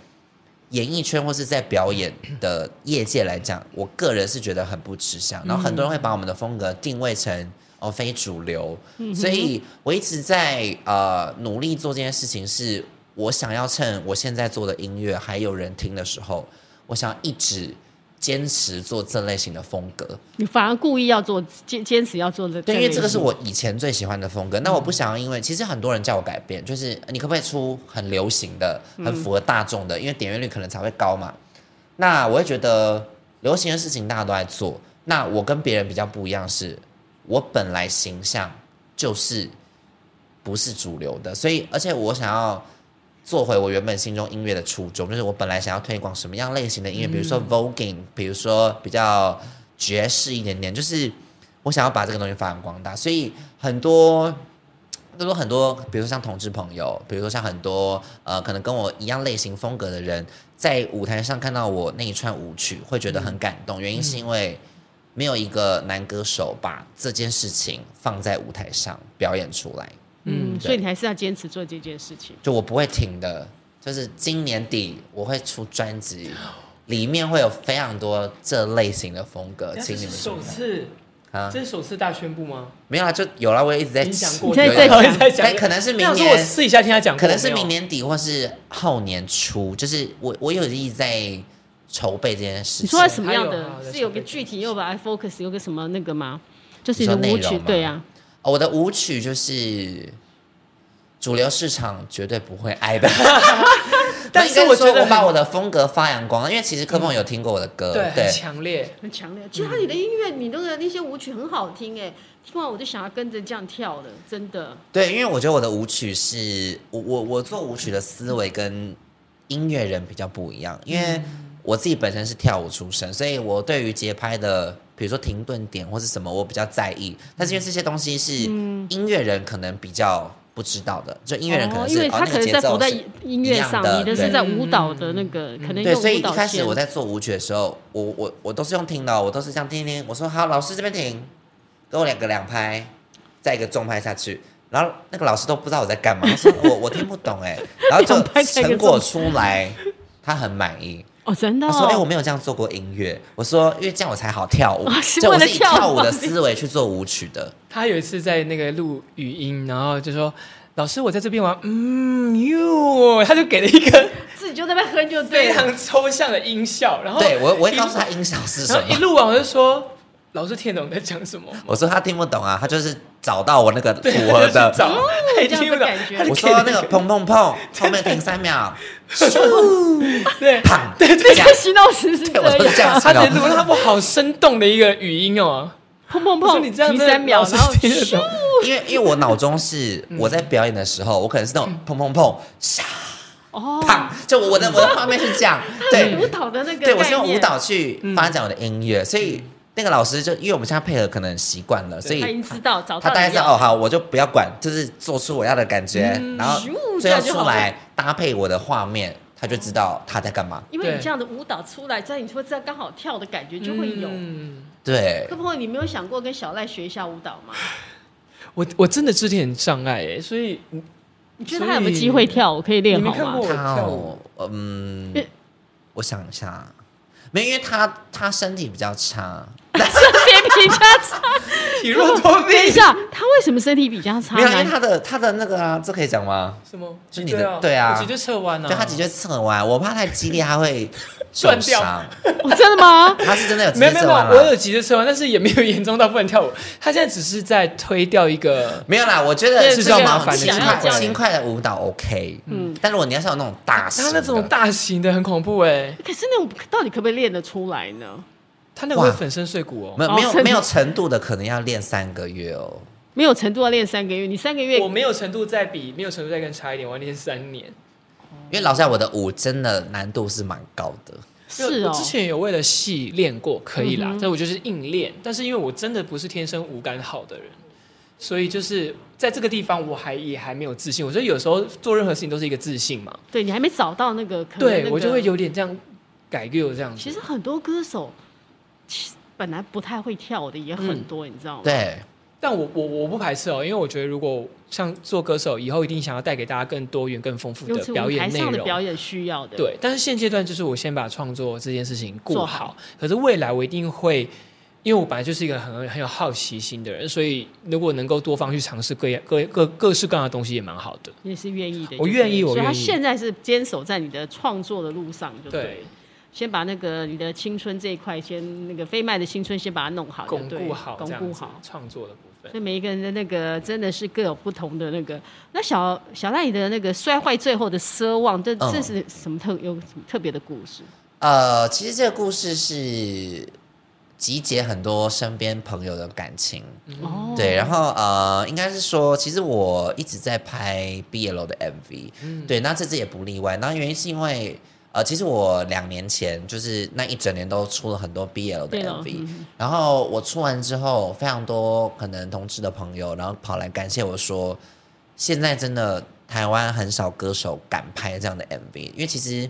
Speaker 1: 演艺圈或是在表演的业界来讲，我个人是觉得很不吃香。然后很多人会把我们的风格定位成哦非主流，所以我一直在呃努力做这件事情是，我想要趁我现在做的音乐还有人听的时候，我想要一直坚持做这类型的风格。
Speaker 2: 你反而故意要做坚坚持要做的，
Speaker 1: 对，因为这个是
Speaker 2: 类型
Speaker 1: 我以前最喜欢的风格。那我不想要，因为其实很多人叫我改变，就是呃你可不可以出很流行的、很符合大众的，因为点阅率可能才会高嘛。那我会觉得流行的事情大家都在做，那我跟别人比较不一样是，我本来形象就是不是主流的，所以而且我想要。做回我原本心中音乐的初衷，就是我本来想要推广什么样类型的音乐，比如说 voguing，比如说比较爵士一点点，就是我想要把这个东西发扬光大，所以很多。就说很多，比如说像同志朋友，比如说像很多呃，可能跟我一样类型风格的人，在舞台上看到我那一串舞曲，会觉得很感动。原因是因为没有一个男歌手把这件事情放在舞台上表演出来，
Speaker 2: 嗯，
Speaker 1: 对
Speaker 2: 所以你还是要坚持做这件事情。
Speaker 1: 就我不会停的。就是今年底我会出专辑，里面会有非常多这类型的风格，请你们收
Speaker 3: 首
Speaker 1: 看
Speaker 3: 次，
Speaker 1: 啊，哎
Speaker 3: 这是首次大宣布吗？
Speaker 1: 没有啦，啊就有啦，我也一直在
Speaker 3: 已经讲
Speaker 1: 吃
Speaker 3: 过，
Speaker 2: 你
Speaker 1: 有
Speaker 2: 在
Speaker 1: 有
Speaker 2: 再
Speaker 1: 有
Speaker 2: 讲
Speaker 3: 再讲，
Speaker 1: 但可能是明
Speaker 3: 那
Speaker 1: 年
Speaker 3: 我私底下听他讲过，
Speaker 1: 可能是
Speaker 3: 没有
Speaker 1: 明年底或是后年初，就是我我有一直在筹备这件事
Speaker 2: 你
Speaker 1: 情
Speaker 2: 说。什么样
Speaker 3: 还有还
Speaker 2: 的？
Speaker 3: 有
Speaker 2: 是有个具体，又把 focus 有个什么那个吗？就是
Speaker 1: 你
Speaker 2: 的
Speaker 1: 说内
Speaker 2: 舞
Speaker 1: 容
Speaker 2: 曲，
Speaker 1: 吗
Speaker 2: 对啊呀、
Speaker 1: 哦我的舞曲就是主流市场绝对不会 爱的，
Speaker 3: 但
Speaker 1: 应
Speaker 3: 是
Speaker 1: 该
Speaker 3: 我
Speaker 1: 说
Speaker 3: 觉得
Speaker 1: 我把
Speaker 3: 很嗯
Speaker 1: 我的风格发扬光大，因为其实柯梦有听过我的歌，
Speaker 3: 对
Speaker 1: 呃对
Speaker 3: 很，强烈，
Speaker 2: 很强烈。其实你的音乐，你那个那些舞曲很好听哎，听完我就想要跟着这样跳了，真的。
Speaker 1: 对，因为我觉得我的舞曲是我我我做舞曲的思维跟音乐人比较不一样，因为
Speaker 2: 嗯
Speaker 1: 我自己本身是跳舞出身，所以我对于节拍的，比如说停顿点或是什么，我比较在意。但是因为这些东西是
Speaker 2: 嗯
Speaker 1: 音乐人可能比较不知道的，就音乐人可能
Speaker 2: 因
Speaker 1: 是
Speaker 2: 为
Speaker 1: 哦
Speaker 2: 他
Speaker 1: 那
Speaker 2: 可
Speaker 1: 个
Speaker 2: 能
Speaker 1: 节
Speaker 2: 在
Speaker 1: 奏
Speaker 2: 浮在
Speaker 1: 是
Speaker 2: 音乐上，
Speaker 1: 一样的嗯
Speaker 2: 你的是在舞蹈的那个，可能
Speaker 1: 对，
Speaker 2: 用
Speaker 1: 所以
Speaker 2: 舞
Speaker 1: 一
Speaker 2: 蹈
Speaker 1: 开始
Speaker 2: 先
Speaker 1: 我在做舞曲的时候，我我我都是用听的哦，我都是这样听一听。我说好，老师这边停，给我两个两拍，再一个重拍下去。然后那个老师都不知道我在干嘛，他说我我听不懂哎，然后
Speaker 2: 两拍
Speaker 1: 就
Speaker 2: 再一个
Speaker 1: 成
Speaker 2: 重
Speaker 1: 果出来，他很满意。
Speaker 2: 哦，真的
Speaker 1: 他说：“哎、我
Speaker 2: 哦，
Speaker 1: 没有这样做过音乐。”我说：“因为这样我才好跳舞。
Speaker 2: 啊是
Speaker 1: 就
Speaker 2: 为
Speaker 1: 我
Speaker 2: 了
Speaker 1: 是以
Speaker 2: 跳舞
Speaker 1: 跳舞
Speaker 2: 而
Speaker 1: 的
Speaker 2: 已
Speaker 1: 思维去做舞曲的。
Speaker 3: 他有一次在那个录语音，然后就说：“老师，我在这边玩，嗯哟，他就给了一个
Speaker 2: 自己就在那边哼就
Speaker 3: 非
Speaker 2: 对了。
Speaker 3: 常抽象的音效，
Speaker 2: 哦
Speaker 3: 然后
Speaker 1: 对我，我会
Speaker 3: 一
Speaker 1: 告诉他音效是什
Speaker 3: 然后一
Speaker 1: 么。
Speaker 3: 录完我就说：“老师听得懂你在讲什么吗
Speaker 1: 我说他听不懂啊，他就是找到我那个？”
Speaker 3: 对，
Speaker 1: 符合
Speaker 3: 他就
Speaker 1: 的
Speaker 3: 去。找，他也
Speaker 2: 这样
Speaker 3: 听不
Speaker 2: 的
Speaker 3: 懂
Speaker 2: 感觉。
Speaker 3: 他就
Speaker 1: 我
Speaker 3: 给
Speaker 1: 说
Speaker 3: 了
Speaker 1: 那
Speaker 3: 一
Speaker 1: 个砰砰砰，后面停三秒，
Speaker 3: 对
Speaker 1: 砰，
Speaker 3: 对
Speaker 2: 这
Speaker 3: 对，
Speaker 2: 些洗脑师是
Speaker 1: 对我都
Speaker 2: 这
Speaker 1: 是这
Speaker 2: 样，
Speaker 1: 样
Speaker 3: 他
Speaker 1: 子
Speaker 3: 得
Speaker 1: 的。
Speaker 3: 录他我好生动的一个语音哦。
Speaker 2: 砰砰
Speaker 3: 我说
Speaker 2: 砰，
Speaker 3: 你这样
Speaker 2: 停
Speaker 3: 真的
Speaker 2: 三秒，
Speaker 3: 老师
Speaker 2: 然后
Speaker 3: 听得懂
Speaker 1: 因为因为我脑中是我在表演的时候，我可能是那种砰砰砰、沙
Speaker 2: 哦，
Speaker 1: 啪，就我的我的画面是这样，对
Speaker 2: 舞蹈的那个
Speaker 1: 对，我是用
Speaker 2: 概念
Speaker 1: 舞蹈去发展我的音乐，所以那个老师就因为我们现在配合可能习惯了，所
Speaker 2: 他已经
Speaker 1: 以
Speaker 2: 知道找到
Speaker 1: 他大概
Speaker 2: 你
Speaker 1: 是
Speaker 2: 要
Speaker 1: 哦好，我就不要管，就是做出我要的感觉，然后
Speaker 2: 咻
Speaker 1: 最
Speaker 2: 这样
Speaker 1: 后
Speaker 2: 就
Speaker 1: 出
Speaker 2: 好了
Speaker 1: 来搭配我的画面，他就知道他在干嘛。
Speaker 2: 因为你
Speaker 3: 对
Speaker 2: 这样的舞蹈出来，在你说这样刚好跳的感觉就会有。
Speaker 3: 嗯
Speaker 1: 对
Speaker 2: 柯，鹏宇，你没有想过跟小赖学一下舞蹈吗？
Speaker 3: 我我真的肢体很障碍哎，所以
Speaker 2: 你觉得他有没有机会跳？我可以练
Speaker 3: 你
Speaker 2: 好
Speaker 3: 没看
Speaker 2: 吗
Speaker 3: 过？我
Speaker 1: 他
Speaker 3: 跳
Speaker 1: 哦
Speaker 3: 舞，
Speaker 1: 嗯
Speaker 2: 因为，
Speaker 1: 我想一下，没有，因为他他身体比较差，
Speaker 2: 身体比较差，
Speaker 3: 体弱多
Speaker 2: 等一
Speaker 3: 病。
Speaker 2: 下，他为什么身体比较差
Speaker 1: 没有，因为
Speaker 2: 呢？
Speaker 1: 他的他的那个啊，这可以讲吗？
Speaker 3: 什么？
Speaker 1: 是你的
Speaker 3: 脊椎啊
Speaker 1: 对啊
Speaker 3: 我脊椎侧弯啊。
Speaker 1: 对他脊椎侧弯，我怕太激烈他 会受
Speaker 3: 断掉
Speaker 1: 伤。
Speaker 2: 我哦真的吗？
Speaker 1: 他是真 的有脊
Speaker 3: 没
Speaker 1: 椎侧
Speaker 3: 有没有没
Speaker 1: 弯
Speaker 3: 有，我
Speaker 1: 啦。
Speaker 3: 有脊椎侧弯，但是也没有严重到不能跳舞。他现在只是在推掉一个，
Speaker 1: 没有啦，我觉
Speaker 3: 对
Speaker 1: 得
Speaker 3: 是
Speaker 1: 这
Speaker 3: 比较
Speaker 1: 种
Speaker 3: 麻烦
Speaker 1: 轻
Speaker 2: 的想要
Speaker 1: 快
Speaker 2: 教
Speaker 1: 轻快的舞蹈 OK，
Speaker 2: 嗯
Speaker 1: 嗯，但如果你要像那种大型
Speaker 3: 他
Speaker 1: 的，
Speaker 3: 那种大型的很恐怖哎，
Speaker 2: 可是那种到底可不可以练得出来呢？
Speaker 3: 他那个会
Speaker 1: 哇
Speaker 3: 粉身碎骨哦。
Speaker 1: 没有
Speaker 2: 哦
Speaker 1: 没有
Speaker 2: 甚至
Speaker 1: 没有程度的，可能要练三个月哦。
Speaker 2: 没有程度要练三个月，你三个月
Speaker 3: 我没有程度再比，没有程度再更差一点，我要练三年。
Speaker 1: 因为老实讲，我的舞真的难度是蛮高的。
Speaker 2: 是
Speaker 3: 我
Speaker 2: 哦
Speaker 3: 之。前有为了戏练过，可以啦
Speaker 2: 嗯，哼
Speaker 3: 但我就是硬练。但是因为我真的不是天生舞感好的人，所以就是在这个地方我还也还没有自信。我觉得有时候做任何事情都是一个自信嘛，
Speaker 2: 对你还没找到那个，可能那
Speaker 3: 嗯对
Speaker 2: 个
Speaker 3: 我就会有点这样改六这样子。
Speaker 2: 其实很多歌手其实本来不太会跳的也很多，你知道吗？
Speaker 1: 对，
Speaker 3: 但我我我不排斥哦，因为我觉得如果像做歌手以后，一定想要带给大家更多元、更丰富
Speaker 2: 尤
Speaker 3: 的
Speaker 2: 其是
Speaker 3: 表
Speaker 2: 舞台
Speaker 3: 演内
Speaker 2: 上的
Speaker 3: 容。
Speaker 2: 表演需要的。，
Speaker 3: 对，但是现阶段就是我先把创作这件事情顾
Speaker 2: 做
Speaker 3: 好，
Speaker 2: 好
Speaker 3: 可是未来我一定会，因为我本来就是一个很很有好奇心的人，所以如果能够多方去尝试各样各各各式各样的东西也蛮好的。
Speaker 2: 你是愿意的。
Speaker 3: 我愿意
Speaker 2: 就对了所
Speaker 3: 我
Speaker 2: 以他
Speaker 3: 愿意
Speaker 2: 现在是坚守在你的创作的路上，就对
Speaker 3: 对
Speaker 2: 了。，先把那个你的青春这一块，先那个飞麦的青春，先把它弄好就
Speaker 3: 巩
Speaker 2: 对了，
Speaker 3: 固好，
Speaker 2: 巩
Speaker 3: 这
Speaker 2: 固
Speaker 3: 样子
Speaker 2: 好。
Speaker 3: 创作的部分
Speaker 2: 所。以每一个人的那个真的是各有不同的那个。那小小赖你的那个摔坏最后的奢望，这
Speaker 1: 嗯
Speaker 2: 这是什么特有什么特别的故事？
Speaker 1: 呃，其实这个故事是集结很多身边朋友的感情，
Speaker 3: 嗯
Speaker 2: 哦，
Speaker 1: 对，然后呃，应该是说，其实我一直在拍 BL 的 MV，、对，
Speaker 2: 嗯
Speaker 1: 那这次也不例外。那原因是因为呃，其实我两年前就是那一整年都出了很多 BL 的
Speaker 2: 对啊嗯
Speaker 3: 啊
Speaker 2: 了
Speaker 1: MV，、然后我出完之后，非常多可能同志的朋友，然后跑来感谢我说，现在真的台湾很少歌手敢拍这样的 MV，因为其实。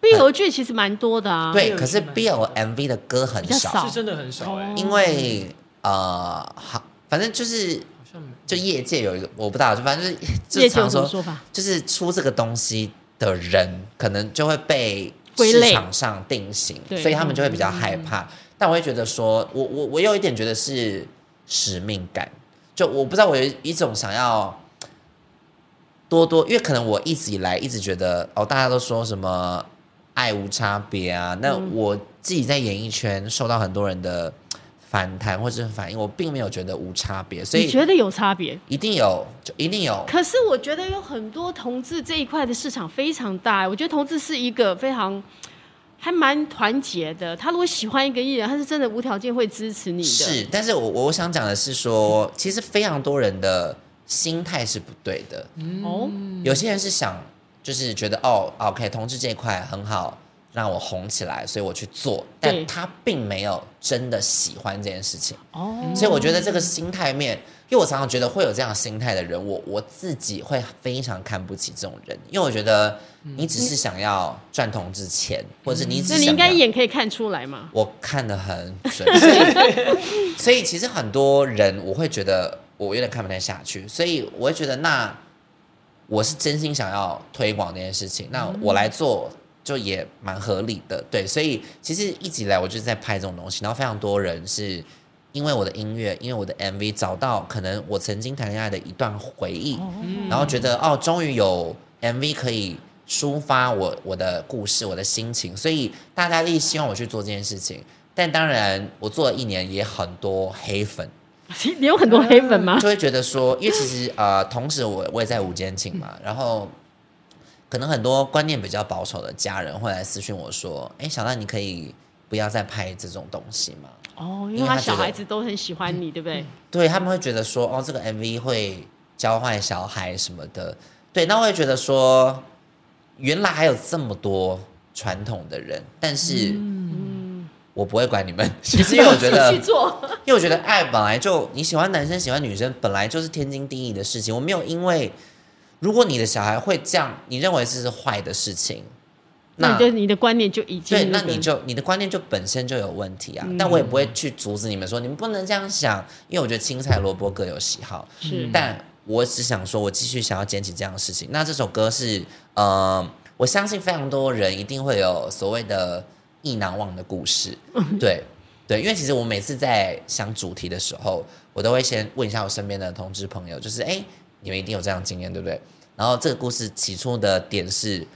Speaker 2: 碧
Speaker 3: 啊
Speaker 2: 游剧其实蛮多的啊。
Speaker 1: 对，
Speaker 3: BL
Speaker 1: 可是
Speaker 3: 是蛮少
Speaker 1: BL
Speaker 3: 的
Speaker 1: MV 的歌很
Speaker 2: 比较
Speaker 1: 少，
Speaker 2: 少
Speaker 3: 是真的很少哎、
Speaker 2: 哦
Speaker 1: 因为呃，好，反正就是
Speaker 3: 好像没
Speaker 1: 就业界有一个我不知道，就反正就是
Speaker 2: 业
Speaker 1: 就
Speaker 2: 界有
Speaker 1: 常
Speaker 2: 什么
Speaker 1: 说，
Speaker 2: 说法？
Speaker 1: 就是出这个东西的人，可能就会被
Speaker 2: 归类
Speaker 1: 市场上定型，
Speaker 2: 对嗯
Speaker 1: 所以他们就会比较害怕。但我会觉得说，我我我有一点觉得是使命感，就我不知道我有一种想要。多多，因为可能我一直以来一直觉得哦，大家都说什么爱无差别啊，那
Speaker 2: 嗯
Speaker 1: 我自己在演艺圈受到很多人的反弹或者是反应，我并没有觉得无差别，所
Speaker 2: 你
Speaker 1: 以
Speaker 2: 觉得有差别？
Speaker 1: 一定有，就一定有，
Speaker 2: 可是我觉得有很多同志这一块的市场非常大，我觉得同志是一个非常还蛮团结的。他如果喜欢一个艺人，他是真的无条件会支持你的。
Speaker 1: 是，但是我我想讲的是说，其实非常多人的心态是不对的。
Speaker 2: 哦，
Speaker 1: 有些人是想，就是觉得哦，OK，同志这一块很好，让我红起来，所以我去做，
Speaker 2: 对
Speaker 1: 但他并没有真的喜欢这件事情。
Speaker 2: 哦，
Speaker 1: 所以我觉得这个心态面，因为我常常觉得会有这样心态的人，我我自己会非常看不起这种人，因为我觉得你只是想要赚同志钱，或者是你只
Speaker 2: 嗯那
Speaker 1: 是
Speaker 2: 你
Speaker 1: 想
Speaker 2: 应该
Speaker 1: 要
Speaker 2: 一眼可以看出来嘛。
Speaker 1: 我看得很准， 所以所以其实很多人我会觉得我有点看不太下去，所以我会觉得那我是真心想要推广这件事情，那我来做就也蛮合理的，对，所以其实一直以来我就是在拍这种东西，然后非常多人是因为我的音乐，因为我的 MV 找到可能我曾经谈恋爱的一段回忆，然后觉得哦，终于有 MV 可以抒发我我的故事、我的心情，所以大家一直希望我去做这件事情。但当然，我做了一年，也很多黑粉，
Speaker 2: 你有很多黑粉吗？
Speaker 1: 就会觉得说，因为其实呃，同时我我也在午间寝嘛，然后可能很多观念比较保守的家人会来私讯我说，哎，小蛋，你可以不要再拍这种东西吗？
Speaker 2: 哦，
Speaker 1: 嗯因
Speaker 2: 因为
Speaker 1: 为
Speaker 2: 他
Speaker 1: 他
Speaker 2: 小
Speaker 1: 觉得嗯
Speaker 2: 孩子都很喜欢你，对不对？
Speaker 1: 对他们会觉得说，哦，这个 MV 会教坏小孩什么的。对，那我也觉得说，原来还有这么多传统的人，但是
Speaker 2: 嗯，
Speaker 1: 我不会管你们， 就是因为我觉得
Speaker 2: 自己去，做，
Speaker 1: 因为我觉得爱本来就你喜欢男生喜欢女生本来就是天经地义的事情，我没有因为如果你的小孩会这样，你认为这是坏的事情，
Speaker 2: 那你的你的观念就已经
Speaker 1: 对，那
Speaker 2: 个嗯
Speaker 1: 你就你的观念就本身就有问题啊。但我也不会去阻止你们说你们不能这样想，因为我觉得青菜萝卜各有喜好。
Speaker 2: 是
Speaker 1: 但我只想说，我继续想要捡起这样的事情。那这首歌是，呃，我相信非常多人一定会有所谓的意难忘的故 事，对对，因为其实我每次在想主题的时候，我都会先问一下我身边的同志朋友，就是哎、诶你们一定有这样的经验，对不对？然后这个故事起初的点是，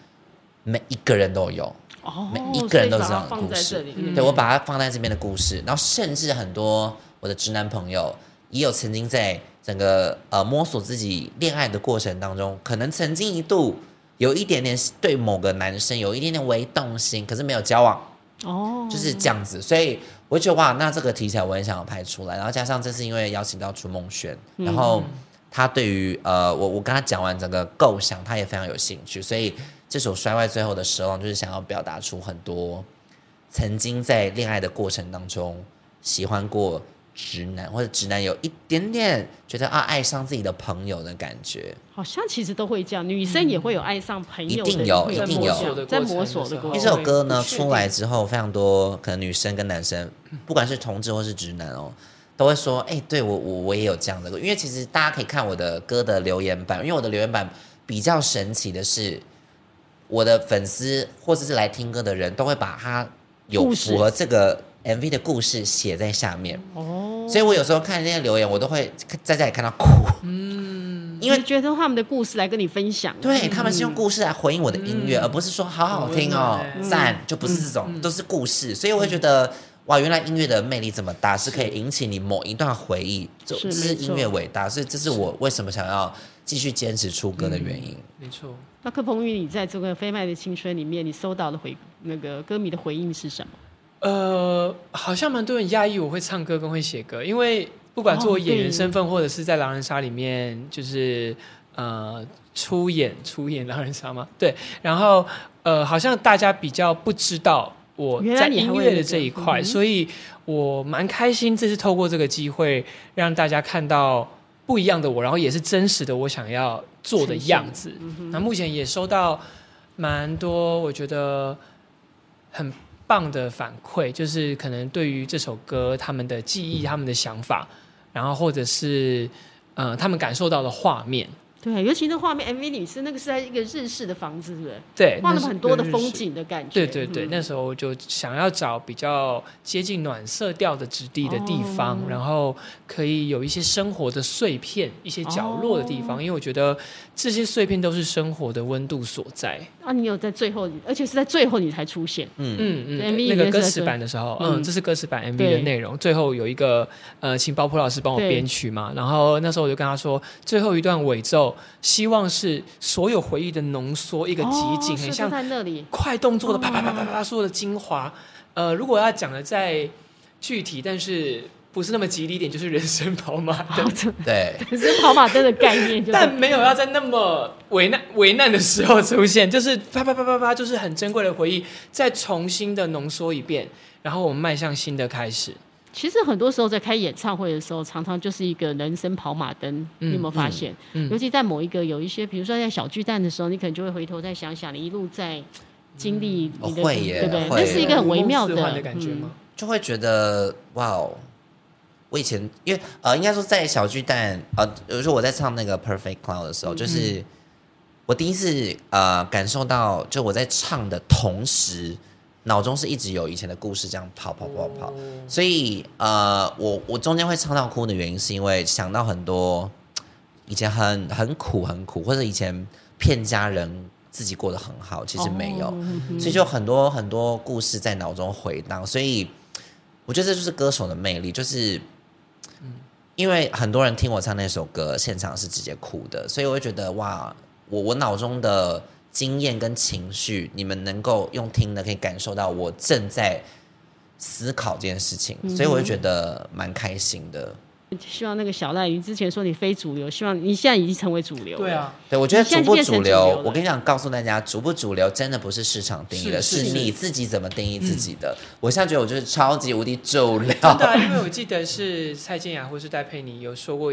Speaker 1: 每一个人都有，
Speaker 2: 哦，
Speaker 1: 每一个人都
Speaker 2: 所以把
Speaker 1: 知道
Speaker 2: 它放在这里，
Speaker 3: 嗯
Speaker 1: 对我把它放在这边的故事，然后甚至很多我的直男朋友也有曾经在整个呃摸索自己恋爱的过程当中，可能曾经一度有一点点对某个男生有一点点微动心，可是没有交往，
Speaker 2: 哦，
Speaker 1: 就是这样子。所以我就觉得哇，那这个题材我很想要拍出来，然后加上这次因为邀请到楚梦轩，然后他对于呃我我跟他讲完整个构想，他也非常有兴趣，所以这首《摔坏最后的奢望》就是想要表达出很多曾经在恋爱的过程当中喜欢过。直男或者直男有一点点觉得啊爱上自己的朋友的感觉，
Speaker 2: 好像其实都会这样，女生也会有爱上朋友的，
Speaker 1: 一定有
Speaker 2: 会
Speaker 1: 一定
Speaker 2: 这
Speaker 1: 有
Speaker 2: 样在摸索的
Speaker 1: 因
Speaker 2: 过
Speaker 1: 为
Speaker 2: 程
Speaker 1: 这首歌呢
Speaker 3: 不确定
Speaker 1: 出来之后，非常多可能女生跟男生，不管是同志或是直男哦，都会说，哎、对我我我也有这样的歌。因为其实大家可以看我的歌的留言板，因为我的留言板比较神奇的是，我的粉丝或者是来听歌的人都会把他有
Speaker 2: 故事
Speaker 1: 符合这个 MV 的故事写在下面，
Speaker 2: 哦，
Speaker 1: 所以我有时候看那些留言，我都会在家里看到哭，
Speaker 3: 嗯，
Speaker 1: 因为
Speaker 2: 你觉得他们的故事来跟你分享，
Speaker 1: 对他们是用故事来回应我的音乐，
Speaker 3: 嗯
Speaker 1: 而不是说好好听哦
Speaker 3: 很温，暖
Speaker 1: 赞、就不是这种，都是故事，所以我会觉得。哇，原来音乐的魅力这么大，是可以引起你某一段回忆，这这
Speaker 2: 是
Speaker 1: 是
Speaker 2: 没错
Speaker 1: 音乐伟大，所以这是我为什么想要继续坚持出歌的原因。
Speaker 3: 没错。
Speaker 2: 那柯鹏宇，你在这个《飞麦的青春》里面，你收到的回那个歌迷的回应是什么？
Speaker 3: 呃，好像蛮多人压抑我会唱歌跟会写歌，因为不管做
Speaker 2: 哦
Speaker 3: 演员
Speaker 2: 对
Speaker 3: 身份，或者是在狼人杀里面，就是呃出演出演狼人杀嘛，对。然后呃，好像大家比较不知道我
Speaker 2: 原来
Speaker 3: 在
Speaker 2: 你还
Speaker 3: 音
Speaker 2: 会
Speaker 3: 乐
Speaker 2: 那
Speaker 3: 的
Speaker 2: 个
Speaker 3: 这一块，
Speaker 2: 嗯哼
Speaker 3: 所以我蛮开心，这次透过这个机会让大家看到不一样的我，然后也是真实的我想要做的
Speaker 2: 呈现
Speaker 3: 样子。
Speaker 2: 嗯
Speaker 3: 那、目前也收到蛮多，我觉得很棒的反馈，就是可能对于这首歌他们的记忆、他们的想法，然后或者是呃他们感受到的画面，
Speaker 2: 对，尤其那画面 MV 里是那个是在一个日式的房子，对不对？
Speaker 3: 对，
Speaker 2: 画
Speaker 3: 那
Speaker 2: 了
Speaker 3: 是
Speaker 2: 很多的
Speaker 3: 有日
Speaker 2: 风
Speaker 3: 式。
Speaker 2: 景的感觉。
Speaker 3: 对对对，
Speaker 2: 嗯
Speaker 3: 那时候我就想要找比较接近暖色调的质地的地方，
Speaker 2: 哦
Speaker 3: 然后可以有一些生活的碎片、一些角落的
Speaker 2: 哦
Speaker 3: 地方，因为我觉得这些碎片都是生活的温度所在。
Speaker 2: 啊，你有在最后，而且是在最后你才出现，
Speaker 3: 嗯
Speaker 2: 对
Speaker 3: 嗯，
Speaker 2: MV
Speaker 3: 那个
Speaker 2: 里面
Speaker 3: 歌
Speaker 2: 是
Speaker 3: 词
Speaker 2: 在
Speaker 3: 版的时候，
Speaker 2: 嗯
Speaker 3: 嗯，这是歌词版 MV
Speaker 2: 对
Speaker 3: 的内容。最后有一个呃，请包普老师帮我
Speaker 2: 对
Speaker 3: 编曲嘛。然后那时候我就跟他说，最后一段尾奏，希望是所有回忆的浓缩，一
Speaker 2: 一
Speaker 3: 个集
Speaker 2: 哦
Speaker 3: 锦，很像
Speaker 2: 在那里。
Speaker 3: 快动作的啪啪啪啪啪啪，所有的精华。呃，如果要讲的再具体，但是不是那么吉利一点，就是人生跑马灯。
Speaker 1: 对，
Speaker 2: 可是跑马灯的概念就是
Speaker 3: 但没有要在那么危难危难的时候出现，就是啪啪啪啪啪，就是很珍贵的回忆，再重新的浓缩一遍，然后我们迈向新的开始。
Speaker 2: 其实很多时候在开演唱会的时候，常常就是一个人生跑马灯。你有没有发现？
Speaker 3: 嗯
Speaker 2: 尤其在某一个有一些，比如说在小巨蛋的时候，你可能就会回头再想想，你一路在经历
Speaker 1: 哦
Speaker 2: 你的，
Speaker 1: 会耶
Speaker 2: 对不对？
Speaker 1: 会
Speaker 2: 那是一个很微妙
Speaker 3: 如梦似幻的感觉
Speaker 2: 嗯
Speaker 3: 吗？
Speaker 1: 就会觉得哇哦，我以前因为呃，应该说在小巨蛋呃，比如说我在唱那个《Perfect Cloud》的时候，就是、我第一次呃感受到，就我在唱的同时，脑中是一直有以前的故事这样跑跑跑跑，所以呃，我我中间会唱到哭的原因，是因为想到很多以前很很苦很苦，或者以前骗家人自己过得很好，其实没有。
Speaker 2: 哦嗯
Speaker 1: 所以就很多很多故事在脑中回荡，所以我觉得这就是歌手的魅力，就是，
Speaker 2: 嗯
Speaker 1: 因为很多人听我唱那首歌，现场是直接哭的，所以我会觉得哇，我我脑中的经验跟情绪，你们能够用听的可以感受到我正在思考这件事情，
Speaker 2: 嗯
Speaker 1: 所以我就觉得蛮开心的。
Speaker 2: 希望那个小赖，你之前说你非主流，希望你现在已经成为主流。
Speaker 3: 对，啊，
Speaker 1: 对，我觉得
Speaker 2: 你
Speaker 1: 主
Speaker 2: 现
Speaker 1: 不
Speaker 2: 在就变成
Speaker 1: 主
Speaker 2: 主流
Speaker 1: 流
Speaker 2: 了，
Speaker 1: 我跟你讲，告诉大家，主不主流真的不是市场定义的，
Speaker 3: 是
Speaker 1: 是
Speaker 3: 是是
Speaker 1: 你自己怎么定义自己的。
Speaker 2: 嗯
Speaker 1: 我现在觉得我就是超级无敌主流，
Speaker 3: 真的啊、因为我记得是蔡健雅或是戴佩妮有说过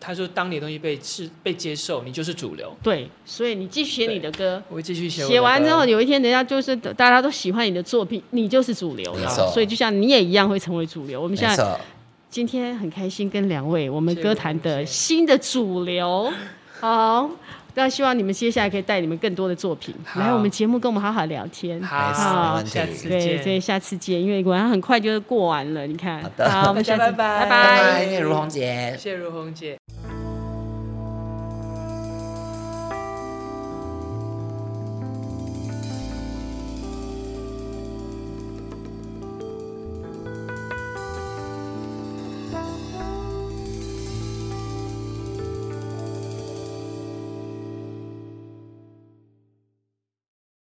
Speaker 3: 他说，当你的东西被是被接受，你就是主流。
Speaker 2: 对，所以你继续写你的歌，
Speaker 3: 我会继续写我的歌。
Speaker 2: 写完之后，有一天人家就是大家都喜欢你的作品，你就是主流
Speaker 1: 没
Speaker 2: 了
Speaker 1: 错。
Speaker 2: 所以就像你也一样会成为主流。我们
Speaker 1: 没
Speaker 2: 现在
Speaker 1: 错，
Speaker 2: 今天很开心跟两位我们
Speaker 3: 谢谢
Speaker 2: 歌坛
Speaker 3: 谢
Speaker 2: 的
Speaker 3: 谢
Speaker 2: 新的主 流，好，那希望你们接下来可以带你们更多的作品
Speaker 3: 好
Speaker 2: 来我们节目跟我们好好聊天。
Speaker 3: 好，
Speaker 2: 好
Speaker 3: 下次
Speaker 2: 对，所以
Speaker 3: 见，
Speaker 2: 下次见，因为果然很快就过完了，你看。
Speaker 1: 好的
Speaker 2: 好，我们下次
Speaker 3: 大家拜拜
Speaker 1: 拜
Speaker 2: 拜拜
Speaker 1: 拜，那个如虹姐。
Speaker 3: 谢谢如红姐。